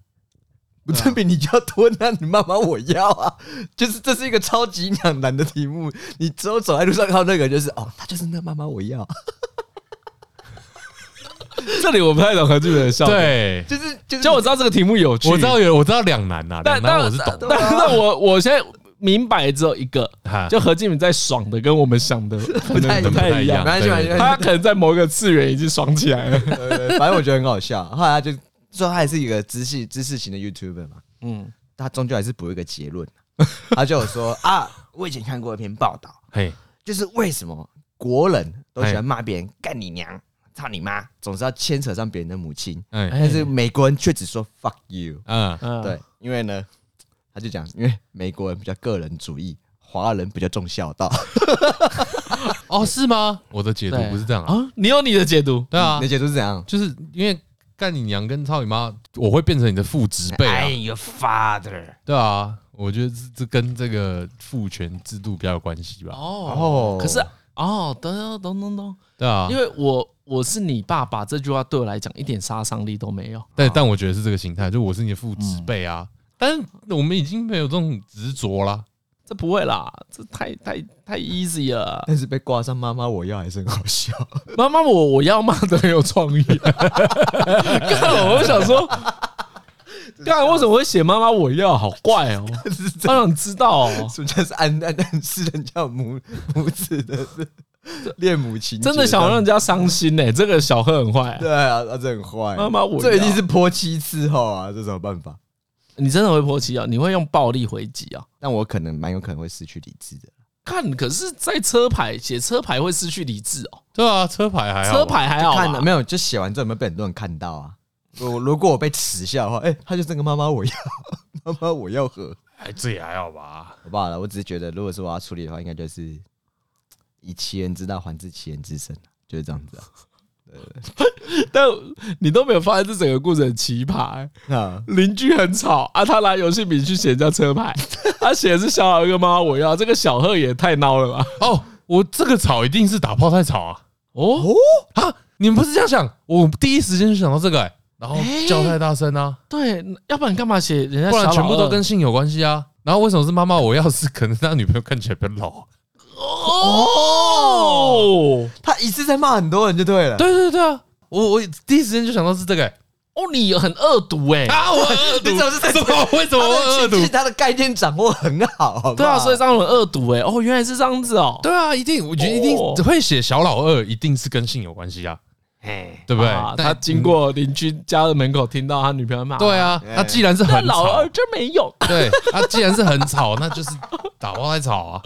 [SPEAKER 1] 不证明你就要吞啊！你妈妈我要啊！就是这是一个超级两难的题目。你只有走在路上看到那个，就是哦，他就是那妈妈我要，
[SPEAKER 3] 这里我不太懂何志远的笑点。
[SPEAKER 2] 对。
[SPEAKER 1] 就是就是
[SPEAKER 3] 就我知道这个题目有趣，
[SPEAKER 2] 我知道有，我知道两难呐、
[SPEAKER 3] 但
[SPEAKER 2] 两
[SPEAKER 3] 但
[SPEAKER 2] 难我是懂的。
[SPEAKER 3] 但但我我现在明白只有一个，
[SPEAKER 2] 哈
[SPEAKER 3] 就何敬敏在爽的跟我们想 *laughs* 的可能不
[SPEAKER 1] 不
[SPEAKER 3] 太一
[SPEAKER 1] 没，
[SPEAKER 3] 样
[SPEAKER 1] 关系
[SPEAKER 2] 对
[SPEAKER 1] 没关系
[SPEAKER 2] 对
[SPEAKER 3] 他可能在某一个次元已经爽起来了。
[SPEAKER 1] 对对对反正我觉得很好笑。后来他就说他也是一个知识知识型的 YouTuber 嘛，
[SPEAKER 3] 嗯，
[SPEAKER 1] 他终究还是补一个结论，他就有说啊，我以前看过一篇报道，
[SPEAKER 2] 嘿，
[SPEAKER 1] 就是为什么国人都喜欢骂别人干你娘、操你妈，总是要牵扯上别人的母亲，
[SPEAKER 2] 哎，
[SPEAKER 3] 哎
[SPEAKER 1] 但是美国人却只说 fuck you。
[SPEAKER 2] 嗯，
[SPEAKER 3] 嗯，
[SPEAKER 1] 对，因为呢，他就讲，因为美国人比较个人主义，华人比较重孝道，
[SPEAKER 2] 哦，是吗？我的解读
[SPEAKER 3] 对
[SPEAKER 2] 不是这样啊。
[SPEAKER 3] 啊，你有你的解读，
[SPEAKER 2] 对啊
[SPEAKER 1] 你，解读是怎样？
[SPEAKER 2] 就是因为干你娘跟操你妈，我会变成你的父职辈
[SPEAKER 3] 哎
[SPEAKER 2] 啊。
[SPEAKER 1] your father。
[SPEAKER 2] 对啊，我觉得这这跟这个父权制度比较有关系吧。
[SPEAKER 3] 哦
[SPEAKER 1] 哦，
[SPEAKER 3] 可是哦，懂懂懂懂，
[SPEAKER 2] 对啊
[SPEAKER 3] 因，为我我是你爸爸这句话对我来讲一点杀伤力都没有。
[SPEAKER 2] 但但我觉得是这个形态，就我是你的父职辈啊。但是我们已经没有这种执着啦。
[SPEAKER 3] 这不会啦，这太太太 easy 了。
[SPEAKER 1] 但是被挂上妈妈我要还是很好笑。
[SPEAKER 3] 妈妈，我我要骂的很有创
[SPEAKER 1] *laughs*
[SPEAKER 3] 意。干，我就想说，干为什么会写妈妈我要？好怪
[SPEAKER 1] *laughs*
[SPEAKER 3] 哦，好想知道哦。
[SPEAKER 1] 什么叫是暗暗暗示人家有母母子的是恋母情节？
[SPEAKER 3] 真的想要让人家伤心呢、这个小贺很坏、
[SPEAKER 1] 对啊，他这很坏。
[SPEAKER 3] 妈妈我要
[SPEAKER 1] 这一定是泼七次后啊，这什么办法？
[SPEAKER 3] 你真的会泼漆啊？你会用暴力回击啊？
[SPEAKER 1] 但我可能蛮有可能会失去理智的。
[SPEAKER 3] 看，可是，在车牌写车牌会失去理智哦。
[SPEAKER 2] 对啊，车牌还好吧。
[SPEAKER 3] 车牌还好
[SPEAKER 1] 看了
[SPEAKER 3] 吧？
[SPEAKER 1] 没有？就写完之后有没有被很多人看到啊？我如果我被耻笑的话，哎、他就这个妈妈我要，妈妈我要喝。
[SPEAKER 2] 哎，这也还好吧。
[SPEAKER 1] 好不好了？我只是觉得，如果是我要处理的话，应该就是以其人之道还治其人之身，就是这样子啊。
[SPEAKER 3] 但你都没有发现这整个故事很奇葩、欸
[SPEAKER 1] 啊，
[SPEAKER 3] 邻居很吵啊，他拿游戏笔去写人家车 *laughs* 牌，他写的是小小一个妈妈我要，这个小贺也太孬了吧？
[SPEAKER 2] 哦，我这个草一定是打炮太吵啊！
[SPEAKER 3] 哦，
[SPEAKER 2] 啊，你们不是这样想？我第一时间就想到这个、欸，然后
[SPEAKER 3] 欸
[SPEAKER 2] 叫太大声啊，
[SPEAKER 3] 对，要不然干嘛写人家
[SPEAKER 2] 不
[SPEAKER 3] 小
[SPEAKER 2] 然
[SPEAKER 3] 老
[SPEAKER 2] 全部都
[SPEAKER 3] 二
[SPEAKER 2] 跟性有关系啊。然后为什么是妈妈？我要是可能他女朋友看起来比较老啊，
[SPEAKER 3] 哦
[SPEAKER 1] 他一次在骂很多人就对了。
[SPEAKER 2] 对对对啊，我我第一时间就想到是这个、欸、
[SPEAKER 3] 哦，你很恶毒 *laughs* 哎、
[SPEAKER 2] 啊，我恶毒，
[SPEAKER 1] 你怎么是在
[SPEAKER 2] 怎么 *laughs* 为什么
[SPEAKER 1] 他
[SPEAKER 2] 我
[SPEAKER 1] 的
[SPEAKER 2] 恶
[SPEAKER 1] 情
[SPEAKER 2] 毒
[SPEAKER 1] 绪，？他的概念掌握很好，好不好
[SPEAKER 3] 对啊，所以张伦恶毒哎、哦，原来是这样子哦，
[SPEAKER 2] 对啊，一定，我觉得一定
[SPEAKER 3] 哦
[SPEAKER 2] 会写小老二，一定是跟性有关系啊，
[SPEAKER 3] 哎，
[SPEAKER 2] 对不对
[SPEAKER 3] 啊
[SPEAKER 2] 但
[SPEAKER 3] 他经过邻居家的门口，听到他女朋友骂，
[SPEAKER 2] 对，啊，
[SPEAKER 1] 哎
[SPEAKER 2] 那既然是
[SPEAKER 3] 那
[SPEAKER 2] 很
[SPEAKER 3] 老
[SPEAKER 2] 吵
[SPEAKER 3] 二，真没 *laughs* 用
[SPEAKER 2] 对，那既然是很吵， *laughs* 那就是打炮太吵啊，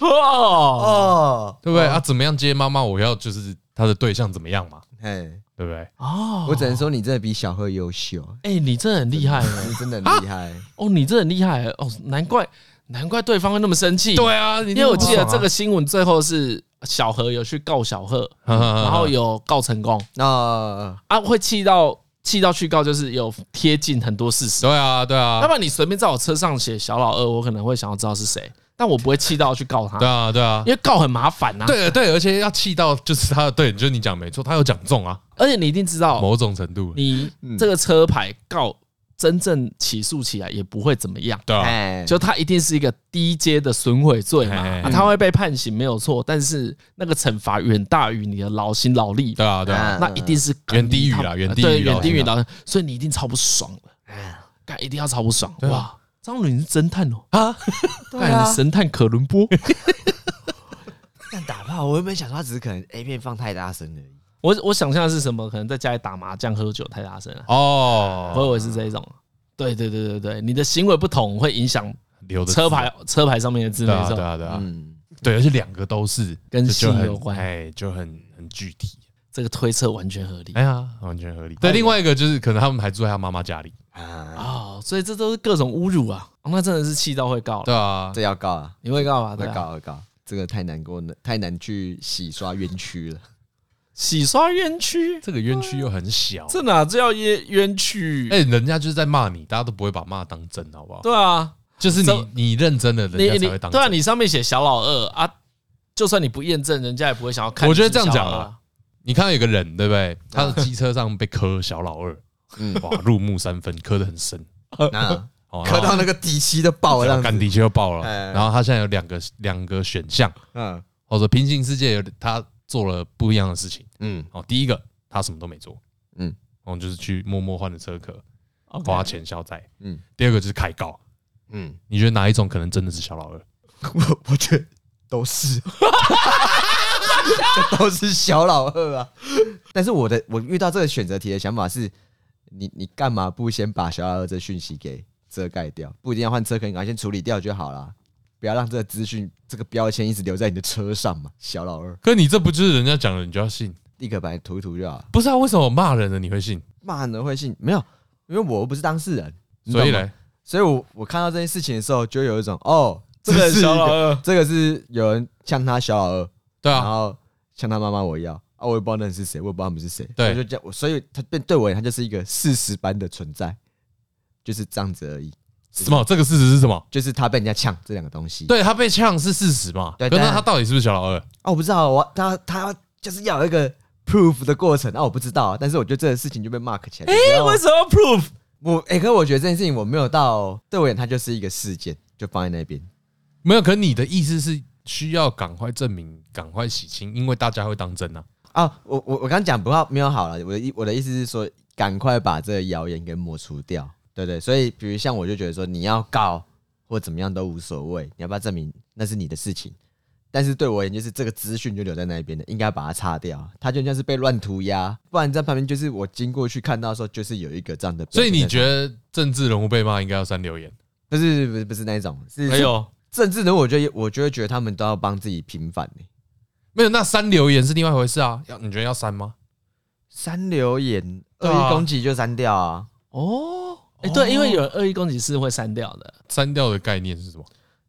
[SPEAKER 3] 哦。
[SPEAKER 1] 哦，
[SPEAKER 2] 对不对？啊，怎么样接妈妈？我要就是他的对象怎么样嘛，
[SPEAKER 1] 哎，
[SPEAKER 2] 对不对？
[SPEAKER 3] 哦
[SPEAKER 1] 我只能说你真的比小贺优秀，
[SPEAKER 3] 哎、你这很厉害欸
[SPEAKER 1] *laughs* 你真的很厉害。
[SPEAKER 3] 哦，你这很厉害欸哦，难怪难怪对方会那么生气。
[SPEAKER 2] *laughs* 对啊，
[SPEAKER 3] 因为我记得这个
[SPEAKER 2] 一定
[SPEAKER 3] 新闻最后是小何有去告小
[SPEAKER 2] *laughs*
[SPEAKER 3] 贺，
[SPEAKER 2] 不爽啊，
[SPEAKER 3] 然
[SPEAKER 2] 然
[SPEAKER 3] 后有告成功
[SPEAKER 1] 那
[SPEAKER 3] 啊，会气到气到去告，就是有贴近很多事实。
[SPEAKER 2] 对啊，对
[SPEAKER 3] 要
[SPEAKER 2] 啊，
[SPEAKER 3] 不然你随便在我车上写小老二，我可能会想要知道是谁，但我不会气到去告他
[SPEAKER 2] 对，啊，对啊
[SPEAKER 3] 因，为告很麻烦啊呐。，
[SPEAKER 2] 对对，而且要气到就是他的，对，就是你讲没错，他有讲中啊，
[SPEAKER 3] 而且你一定知道，
[SPEAKER 2] 某种嗯程度，
[SPEAKER 3] 你这个车牌告真正起诉起来也不会怎么样。
[SPEAKER 2] 对啊，
[SPEAKER 1] 哎，
[SPEAKER 3] 就他一定是一个低阶的损毁罪嘛、
[SPEAKER 2] 哎
[SPEAKER 3] 啊他会被判刑没有错，但是那个惩罚远大于你的劳心劳力，
[SPEAKER 2] 对啊，对啊，
[SPEAKER 1] 嗯
[SPEAKER 3] 那一定是
[SPEAKER 2] 远低于啦
[SPEAKER 3] 他啊
[SPEAKER 2] 远低于
[SPEAKER 3] 对
[SPEAKER 2] 劳
[SPEAKER 3] 远低于
[SPEAKER 2] 心
[SPEAKER 3] 劳，所以你一定超不爽了，干一定要超不爽
[SPEAKER 2] 对啊
[SPEAKER 3] 哇！张伦你是侦探哦，
[SPEAKER 2] 啊，
[SPEAKER 1] 对
[SPEAKER 3] 干
[SPEAKER 1] 啊
[SPEAKER 3] 你，神探可伦波，
[SPEAKER 1] 但打炮，我原本想说他只是可能 A 片放太大声而已。
[SPEAKER 3] 我我想象的是什么？可能在家里打麻将喝酒太大声了，啊我
[SPEAKER 2] 哦，
[SPEAKER 3] 以为是这一种。啊对对对对对，你的行为不同会影响
[SPEAKER 2] 留的
[SPEAKER 3] 车牌车牌上面的字
[SPEAKER 2] 对
[SPEAKER 3] 没
[SPEAKER 2] 啊，对
[SPEAKER 3] 错，
[SPEAKER 2] 啊，对啊，
[SPEAKER 1] 嗯，
[SPEAKER 2] 对，而且两个都是
[SPEAKER 3] 跟
[SPEAKER 2] 这就
[SPEAKER 3] 性
[SPEAKER 2] 很
[SPEAKER 3] 有关
[SPEAKER 2] 哎，就很很具体。
[SPEAKER 3] 这个推测完全合理。
[SPEAKER 2] 哎呀，完全合理。对，另外一个就是可能他们还住在他妈妈家里。
[SPEAKER 1] 啊，
[SPEAKER 3] 啊、所以这都是各种侮辱啊！哦那真的是气到会告了，
[SPEAKER 2] 对啊，
[SPEAKER 1] 这要告啊，
[SPEAKER 3] 你会告吧？对
[SPEAKER 1] 要
[SPEAKER 3] 啊，
[SPEAKER 1] 告要告，这个太难过了，太难去洗刷冤屈了。
[SPEAKER 3] 洗刷冤屈，
[SPEAKER 2] 这个冤屈又很小。
[SPEAKER 3] 这哪叫冤冤屈？
[SPEAKER 2] 哎，人家就是在骂你，大家都不会把骂当真，好不好？
[SPEAKER 3] 对啊，
[SPEAKER 2] 就是
[SPEAKER 3] 这
[SPEAKER 2] 你你认真的，
[SPEAKER 3] 你
[SPEAKER 2] 人家才
[SPEAKER 3] 你
[SPEAKER 2] 会当
[SPEAKER 3] 对啊，
[SPEAKER 2] 真。
[SPEAKER 3] 你上面写小老二啊，就算你不验证，人家也不会想要看。
[SPEAKER 2] 我觉得这样讲啊，你看到有个人，对不对？他
[SPEAKER 3] *laughs*
[SPEAKER 2] 的机车上被磕小老二，
[SPEAKER 1] 嗯
[SPEAKER 2] 哇，入木三分，磕得很深，
[SPEAKER 3] 呃
[SPEAKER 1] 那
[SPEAKER 2] 哦
[SPEAKER 1] 磕到那个底漆都爆了，这
[SPEAKER 2] 然
[SPEAKER 3] 哦
[SPEAKER 1] 样
[SPEAKER 2] 后干
[SPEAKER 1] 子
[SPEAKER 2] 地球就爆了。
[SPEAKER 1] 哎
[SPEAKER 2] 然后他现在有两个两个选项，
[SPEAKER 1] 嗯
[SPEAKER 2] 或者平行世界有他做了不一样的事情。
[SPEAKER 1] 嗯
[SPEAKER 2] 哦，第一个他什么都没做，
[SPEAKER 1] 嗯
[SPEAKER 2] 哦，就是去默默换了车壳，花
[SPEAKER 3] 哇，
[SPEAKER 2] 钱消灾。
[SPEAKER 1] 嗯
[SPEAKER 2] 第二个就是开告，
[SPEAKER 1] 嗯，
[SPEAKER 2] 你觉得哪一种可能真的是小老二？
[SPEAKER 1] 我 *laughs* 我觉得都是，这都是小老二啊。但是我的我遇到这个选择题的想法是，你你干嘛不先把小老二这讯息给遮盖掉？不一定要换车，可以赶快先处理掉就好啦。不要让这个资讯、这个标签一直留在你的车上嘛，小老二，
[SPEAKER 2] 可你这不就是人家讲的，你就要信？
[SPEAKER 1] 立刻把你涂一涂就好了。
[SPEAKER 2] 不是啊？为什么骂人的你会信？
[SPEAKER 1] 骂人会信没有，因为我又不是当事人，你懂
[SPEAKER 2] 所以
[SPEAKER 1] 吗
[SPEAKER 2] 嘞，
[SPEAKER 1] 所以我我看到这件事情的时候，就有一种哦，
[SPEAKER 3] 这
[SPEAKER 2] 啊
[SPEAKER 3] 个
[SPEAKER 1] 是一
[SPEAKER 3] 小老
[SPEAKER 1] 个
[SPEAKER 2] 哎
[SPEAKER 3] 二
[SPEAKER 1] 这个是有人呛他小老二，
[SPEAKER 2] 对
[SPEAKER 1] 然
[SPEAKER 2] 啊，
[SPEAKER 1] 后呛他妈妈我要啊，我也不知道那人是谁，我也不知道他们是谁，
[SPEAKER 2] 对
[SPEAKER 1] 我就这样，我所以他变对我而言，他就是一个事实般的存在，就是这样子而已，
[SPEAKER 2] 什么？这个事实是什么？
[SPEAKER 1] 就是他被人家呛这两个东西。
[SPEAKER 2] 对他被呛是事实嘛？
[SPEAKER 1] 对
[SPEAKER 2] 可
[SPEAKER 1] 对
[SPEAKER 2] 那
[SPEAKER 1] 啊
[SPEAKER 2] 他到底是不是小老二？
[SPEAKER 1] 啊，我不知道，我他他就是要有一个 proof 的过程啊，我不知道，但是我觉得这个事情就被 mark 起来。哎
[SPEAKER 3] 哎为什么要 proof？
[SPEAKER 1] 我哎、可是我觉得这件事情我没有到对我而言，它就是一个事件，就放在那边。
[SPEAKER 2] 没有，可你的意思是需要赶快证明，赶快洗清，因为大家会当真啊。
[SPEAKER 1] 啊，我我我刚讲不要没有好了，我的意我的意思是说，赶快把这个谣言给抹除掉，对不对？所以，比如像我就觉得说，你要告或怎么样都无所谓，你要不要证明那是你的事情？但是对我而言，就是这个资讯就留在那边的，应该把它擦掉。它就像是被乱涂鸦，不然在旁边就是我经过去看到的时候，就是有一个这样的标签
[SPEAKER 2] 所
[SPEAKER 1] 在
[SPEAKER 2] 以
[SPEAKER 1] 上
[SPEAKER 2] 你
[SPEAKER 1] 面。
[SPEAKER 2] 觉得政治人物被骂应该要删留言？
[SPEAKER 1] 不是不是不是那一种，是
[SPEAKER 3] 哎呦，
[SPEAKER 1] 政治人，我觉得我就会觉得他们都要帮自己平反欸呢、
[SPEAKER 2] 没有，那删留言是另外一回事啊。要你觉得要删吗？
[SPEAKER 1] 删留言，恶
[SPEAKER 2] 对啊
[SPEAKER 1] 意攻击就删掉啊。
[SPEAKER 3] 哦，哎、
[SPEAKER 2] 哦
[SPEAKER 3] 对，因为有人恶意攻击是会删掉的。
[SPEAKER 2] 删掉的概念是什么？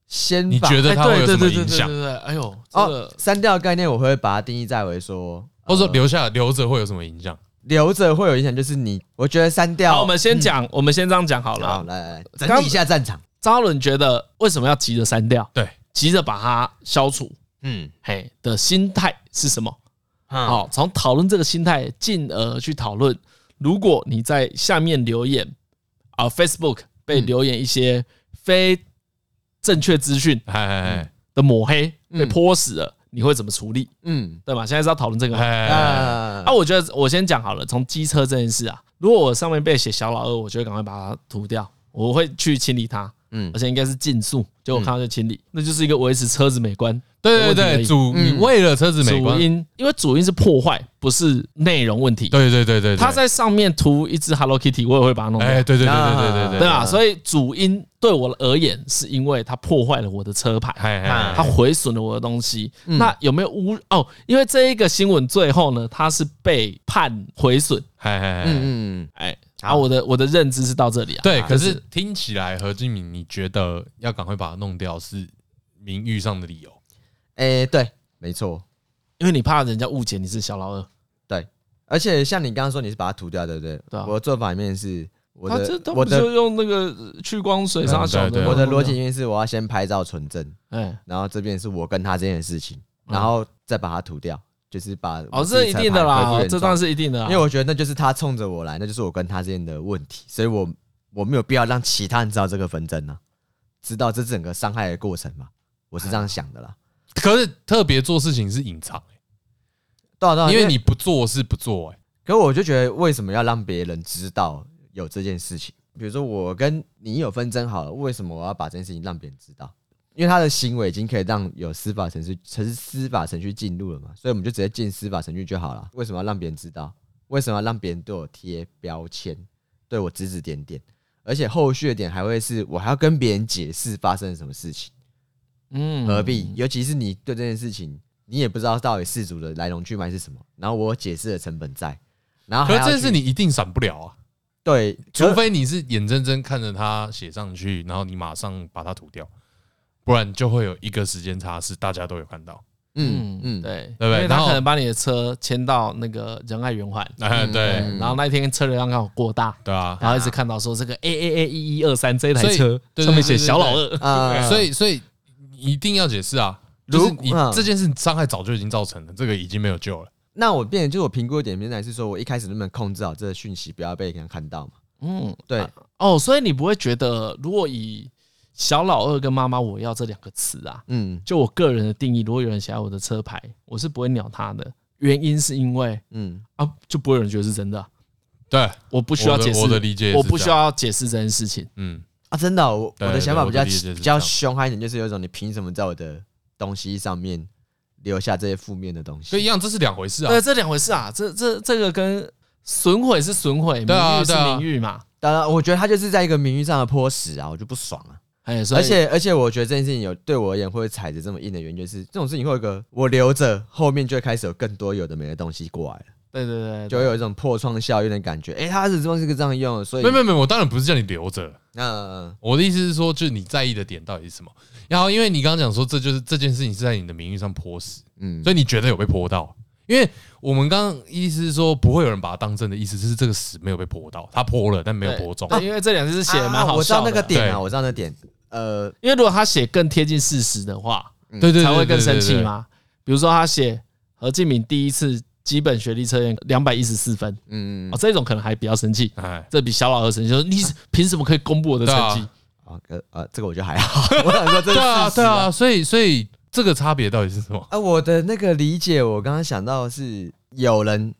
[SPEAKER 1] 先
[SPEAKER 2] 你
[SPEAKER 1] 把
[SPEAKER 2] 觉得
[SPEAKER 3] 嗯哎
[SPEAKER 2] 它
[SPEAKER 3] 对
[SPEAKER 2] 会有
[SPEAKER 3] 对
[SPEAKER 2] 什么
[SPEAKER 3] 对对
[SPEAKER 2] 影
[SPEAKER 3] 对
[SPEAKER 2] 响
[SPEAKER 3] 对对对，哎呦，这
[SPEAKER 1] 哦
[SPEAKER 3] 个，
[SPEAKER 1] 删掉的概念我会把它定义在为说，呃
[SPEAKER 2] 或者说留下留着会有什么影响？
[SPEAKER 1] 留着会有影响，就是你，我觉得删掉。
[SPEAKER 3] 好，我们
[SPEAKER 2] 嗯
[SPEAKER 3] 先讲，我们先这样讲好
[SPEAKER 1] 好
[SPEAKER 3] 了。
[SPEAKER 1] 来来来整理一下战场。
[SPEAKER 3] 张伦觉得为什么要急着删掉，
[SPEAKER 2] 对，
[SPEAKER 3] 急着把它消除？
[SPEAKER 1] 嗯，
[SPEAKER 3] 嘿的心态是什么？
[SPEAKER 1] 好，
[SPEAKER 3] 好，从讨论这个心态，进而去讨论。如果你在下面留言啊，Facebook 被留言一些非正确资讯
[SPEAKER 2] 哎哎
[SPEAKER 3] 的抹黑，
[SPEAKER 1] 嗯
[SPEAKER 3] 被泼死了，你会怎么处理？
[SPEAKER 1] 嗯，
[SPEAKER 3] 对吧？现在是要讨论这个
[SPEAKER 2] 哎
[SPEAKER 3] 嘛。
[SPEAKER 2] 哎哎，
[SPEAKER 1] 啊
[SPEAKER 3] 啊，，我觉得我先讲好了，从机车这件事啊，如果我上面被写小老二，我就会赶快把它涂掉，我会去清理它，
[SPEAKER 1] 嗯
[SPEAKER 3] 而且应该是竞速，结果我看到就清理，那就是一个维持车子美观
[SPEAKER 2] 对
[SPEAKER 3] 我
[SPEAKER 2] 对
[SPEAKER 3] 问你而
[SPEAKER 2] 对，
[SPEAKER 3] 已
[SPEAKER 2] 主你
[SPEAKER 1] 嗯
[SPEAKER 2] 为了车子美
[SPEAKER 3] 主
[SPEAKER 2] 观，
[SPEAKER 3] 因，因为主因是破坏，不是内容问题。
[SPEAKER 2] 对对对对，
[SPEAKER 3] 他在上面涂一只 Hello Kitty，我也会把它弄掉
[SPEAKER 2] 哎，，对对对对对对
[SPEAKER 3] 对啊
[SPEAKER 2] 对，
[SPEAKER 3] 吧？所以主因对我而言，是因为它破坏了我的车牌，
[SPEAKER 2] 哎哎
[SPEAKER 3] 它
[SPEAKER 2] 哎，
[SPEAKER 3] 毁损了我的东西。那有没有污？哦，因为这一个新闻最后呢，它是被判毁损，
[SPEAKER 2] 哎哎哎。
[SPEAKER 1] 嗯嗯，
[SPEAKER 3] 哎，
[SPEAKER 1] 好
[SPEAKER 3] 啊，我的我的认知是到这里啊。
[SPEAKER 2] 对，可
[SPEAKER 3] 就是
[SPEAKER 2] 是听起来何敬明，你觉得要赶快把它弄掉是名誉上的理由？
[SPEAKER 1] 哎，对，没错，
[SPEAKER 3] 因为你怕人家误解你是小老二，
[SPEAKER 1] 对。而且像你刚刚说你是把它涂掉，对不对？
[SPEAKER 3] 对啊
[SPEAKER 1] 我的做法里面是我
[SPEAKER 3] 他啊这
[SPEAKER 1] 的
[SPEAKER 3] 他
[SPEAKER 1] 我
[SPEAKER 3] 不啊
[SPEAKER 1] 的
[SPEAKER 3] 就用那个去光水杀小的？
[SPEAKER 2] 对对对
[SPEAKER 1] 我的逻辑，因为是我要先拍照存证，
[SPEAKER 3] 哎，
[SPEAKER 1] 然后这边是我跟他之间的事情，然后再把它涂掉，就是把
[SPEAKER 3] 嗯哦，
[SPEAKER 1] 我自
[SPEAKER 3] 这
[SPEAKER 1] 己
[SPEAKER 3] 一
[SPEAKER 1] 车牌
[SPEAKER 3] 定的
[SPEAKER 1] 恢
[SPEAKER 3] 啦
[SPEAKER 1] 复，原
[SPEAKER 3] 这
[SPEAKER 1] 状
[SPEAKER 3] 当然是一定的
[SPEAKER 2] 啊
[SPEAKER 1] 因
[SPEAKER 3] 啦
[SPEAKER 1] 为。我觉得那就是他冲着我来，那就是我跟他之间的问题，所以我我没有必要让其他人知道这个纷争呢、知道这整个伤害的过程嘛，我是这样想的啦。
[SPEAKER 2] 可是特别做事情是隐藏、欸
[SPEAKER 1] 对啊对啊，
[SPEAKER 2] 因为你不做是不做、欸，
[SPEAKER 1] 可我就觉得为什么要让别人知道有这件事情？比如说我跟你有纷争好了，为什么我要把这件事情让别人知道？因为他的行为已经可以让有司法程序，程司法程序进入了嘛，所以我们就直接进司法程序就好了。为什么要让别人知道？为什么要让别人对我贴标签，对我指指点点？而且后续的点还会是我还要跟别人解释发生了什么事情，
[SPEAKER 3] 嗯
[SPEAKER 2] 呃
[SPEAKER 1] 何必？尤其是你对这件事情，你也不知道到底事主的来龙去脉是什么，然后我有解释的成本在，然后
[SPEAKER 3] 啊
[SPEAKER 1] 还
[SPEAKER 2] 可是
[SPEAKER 1] 要
[SPEAKER 2] 这件事
[SPEAKER 1] 去
[SPEAKER 2] 你一定闪不了啊，
[SPEAKER 1] 对，
[SPEAKER 2] 除
[SPEAKER 1] 可
[SPEAKER 3] 呃
[SPEAKER 2] 非你是眼睁睁看着它写上去，然后你马上把它涂掉，不然就会有一个时间差是大家都有看到。
[SPEAKER 1] 嗯嗯，
[SPEAKER 3] 对
[SPEAKER 2] 对不对
[SPEAKER 3] 因为他
[SPEAKER 2] 然后
[SPEAKER 3] 可能把你的车牵到那个仁爱圆环，
[SPEAKER 2] 哎、 *laughs* 对、
[SPEAKER 1] 嗯
[SPEAKER 3] 然后那一天车流量刚好过大，
[SPEAKER 2] 对啊，
[SPEAKER 3] 然后一直看到说这个 A A A 一一二三这一台
[SPEAKER 2] 所以
[SPEAKER 3] 车
[SPEAKER 2] 对对
[SPEAKER 3] 上面写
[SPEAKER 2] 对对
[SPEAKER 3] 小老二，
[SPEAKER 1] 啊，
[SPEAKER 2] 所以所以你一定要解释啊，
[SPEAKER 1] 如
[SPEAKER 2] 就是你
[SPEAKER 1] 嗯
[SPEAKER 2] 这件事伤害早就已经造成了，这个已经没有救了。
[SPEAKER 1] 那我变成就是我评估的点，变成是说我一开始能不能控制好这个讯息，不要被人看到嘛？
[SPEAKER 3] 嗯，
[SPEAKER 1] 对，
[SPEAKER 2] 啊
[SPEAKER 3] 哦，所以你不会觉得如果以小老二跟妈妈我要这两个词啊，
[SPEAKER 1] 嗯
[SPEAKER 3] 就我个人的定义，如果有人想要我的车牌，我是不会鸟他的。原因是因为
[SPEAKER 1] 嗯
[SPEAKER 3] 啊，就不会有人觉得是真的啊，
[SPEAKER 2] 对，
[SPEAKER 3] 我不需要
[SPEAKER 2] 我的
[SPEAKER 3] 解释，
[SPEAKER 2] 我的理解也是
[SPEAKER 3] 我不需
[SPEAKER 2] 这样，
[SPEAKER 3] 要解释这件事情。
[SPEAKER 2] 嗯，
[SPEAKER 1] 啊，真的哦、我
[SPEAKER 2] 对
[SPEAKER 1] 我的想法比较
[SPEAKER 2] 对我的理解是
[SPEAKER 1] 比较
[SPEAKER 2] 这样
[SPEAKER 1] 凶悍一点，就是有一种你凭什么在我的东西上面留下这些负面的东
[SPEAKER 2] 所以一
[SPEAKER 1] 西？
[SPEAKER 2] 样，这是两回事啊
[SPEAKER 3] 对，。这两回事啊，这这这个跟损毁是损毁，名
[SPEAKER 2] 对啊
[SPEAKER 3] 誉是
[SPEAKER 2] 对啊
[SPEAKER 3] 名誉嘛。
[SPEAKER 1] 当然，我觉得他就是在一个名誉上的泼屎啊，我就不爽啊。
[SPEAKER 3] 哎，所以
[SPEAKER 1] 而且而且，我觉得这件事情有对我而言会踩着这么硬的原因，就是这种事情会有一个我留着，后面就会开始有更多有的没的东西过来了，
[SPEAKER 3] 对对对，
[SPEAKER 1] 就会有一种破创效应的感觉。哎、他是这是个这样用的，所以
[SPEAKER 2] 没有没有没有，我当然不是叫你留着，
[SPEAKER 1] 那、呃
[SPEAKER 2] 我的意思是说，就是你在意的点到底是什么？然后，因为你刚刚讲说，这就是这件事情是在你的名誉上泼死，
[SPEAKER 1] 嗯，
[SPEAKER 2] 所以你觉得有被泼到？因为我们刚刚意思是说，不会有人把它当真的意思，就是这个屎没有被泼到，它泼了，但没有
[SPEAKER 3] 对
[SPEAKER 2] 泼中。
[SPEAKER 3] 对因为这两只写的蛮
[SPEAKER 1] 啊
[SPEAKER 3] 好
[SPEAKER 1] 我知道
[SPEAKER 3] 笑
[SPEAKER 1] 那个
[SPEAKER 3] 的。
[SPEAKER 1] 点啊，
[SPEAKER 2] 对
[SPEAKER 1] 我知道那点。呃，
[SPEAKER 3] 因为如果他写更贴近事实的话，
[SPEAKER 2] 对对对，
[SPEAKER 3] 才会更
[SPEAKER 2] 对
[SPEAKER 3] 生气？
[SPEAKER 2] 对对对
[SPEAKER 3] 嘛。比如说他写何敬敏第一次基本学历测验两百一十四分，
[SPEAKER 1] 嗯，
[SPEAKER 3] 哦，这种可能还比较生气，
[SPEAKER 2] 哎，
[SPEAKER 3] 这比小老二生气，就是你凭什么可以公布我的成
[SPEAKER 2] 对
[SPEAKER 3] 绩
[SPEAKER 2] 啊？
[SPEAKER 1] 啊，呃呃，这个我觉得还
[SPEAKER 2] *laughs*
[SPEAKER 1] 好。我想说这是
[SPEAKER 2] 对啊，
[SPEAKER 1] 事实
[SPEAKER 2] 对啊，。所以所以这个差别到底是什么？
[SPEAKER 1] 啊，我的那个理解，我刚刚想到的是有人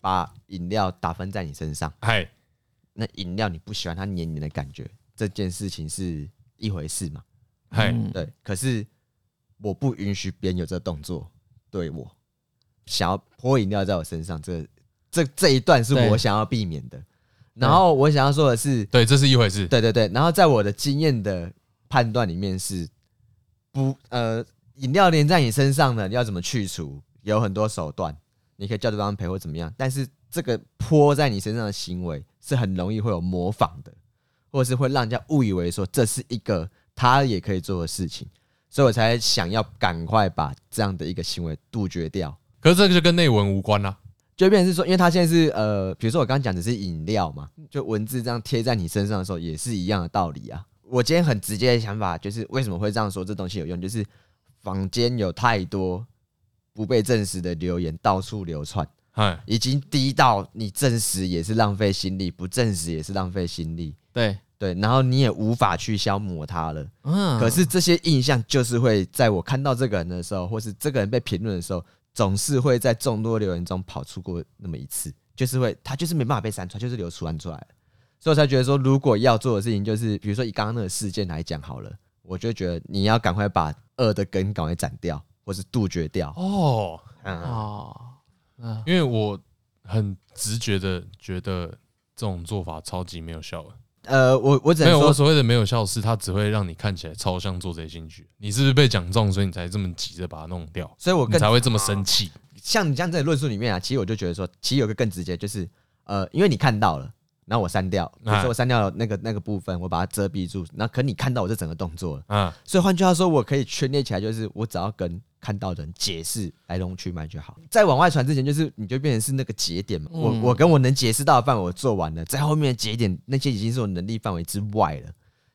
[SPEAKER 1] 把饮料打翻在你身上，
[SPEAKER 2] 哎，
[SPEAKER 1] 那饮料你不喜欢它黏黏的感觉，这件事情是一回事嘛？
[SPEAKER 2] 哎，
[SPEAKER 3] 嗯
[SPEAKER 1] 对，可是我不允许别人有这动作对我，想要泼饮料在我身上，这这这一段是
[SPEAKER 3] 对
[SPEAKER 1] 我想要避免的。然后我想要说的是，
[SPEAKER 2] 对，这是一回事。
[SPEAKER 1] 对对对，然后在我的经验的判断里面是不呃，饮料粘在你身上呢，你要怎么去除？有很多手段，你可以叫对方赔或怎么样，但是这个泼在你身上的行为是很容易会有模仿的，或者是会让人家误以为说这是一个他也可以做的事情，所以我才想要赶快把这样的一个行为杜绝掉。
[SPEAKER 2] 可是这个就跟内文无关啦、
[SPEAKER 1] 就变成是说，因为它现在是呃，比如说我刚刚讲的是饮料嘛，就文字这样贴在你身上的时候，也是一样的道理啊。我今天很直接的想法就是，为什么会这样说这东西有用？就是坊间有太多不被证实的留言到处流窜，
[SPEAKER 2] 哎，
[SPEAKER 1] 已经低到你证实也是浪费心力，不证实也是浪费心力。
[SPEAKER 3] 对，
[SPEAKER 1] 对，然后你也无法去消磨它了。
[SPEAKER 3] 嗯
[SPEAKER 1] 可是这些印象就是会在我看到这个人的时候，或是这个人被评论的时候，总是会在众多留言中跑出过那么一次，就是会他就是没办法被删除，他就是流传出来了。所以我才觉得说，如果要做的事情就是，比如说以刚刚那个事件来讲好了，我就觉得你要赶快把恶的根赶快斩掉，或是杜绝掉。
[SPEAKER 2] 哦，
[SPEAKER 1] 嗯，
[SPEAKER 3] 哦，嗯，
[SPEAKER 2] 因为我很直觉的觉得这种做法超级没有效的。
[SPEAKER 1] 呃，我我只
[SPEAKER 2] 没
[SPEAKER 1] 能
[SPEAKER 2] 有，我
[SPEAKER 1] 说，
[SPEAKER 2] 所谓的没有效是，它只会让你看起来超像做贼心虚。你是不是被讲中，所以你才这么急着把它弄掉，
[SPEAKER 1] 所以我
[SPEAKER 2] 你
[SPEAKER 1] 更
[SPEAKER 2] 才会这么生气？
[SPEAKER 1] 像你这样子的论述里面啊，其实我就觉得说，其实有个更直接，就是呃，因为你看到了，然后我删掉，比如
[SPEAKER 2] 哎
[SPEAKER 1] 说我删掉了那个那个部分，我把它遮蔽住，那可你看到我这整个动作了，
[SPEAKER 2] 啊，
[SPEAKER 1] 所以换句话说，我可以圈列起来，就是我只要跟看到的人解释来龙去脉就好。在往外传之前，就是你就变成是那个节点嘛，我
[SPEAKER 3] 嗯
[SPEAKER 1] 我跟我能解释到的范围我做完了，在后面的节点那些已经是我能力范围之外了。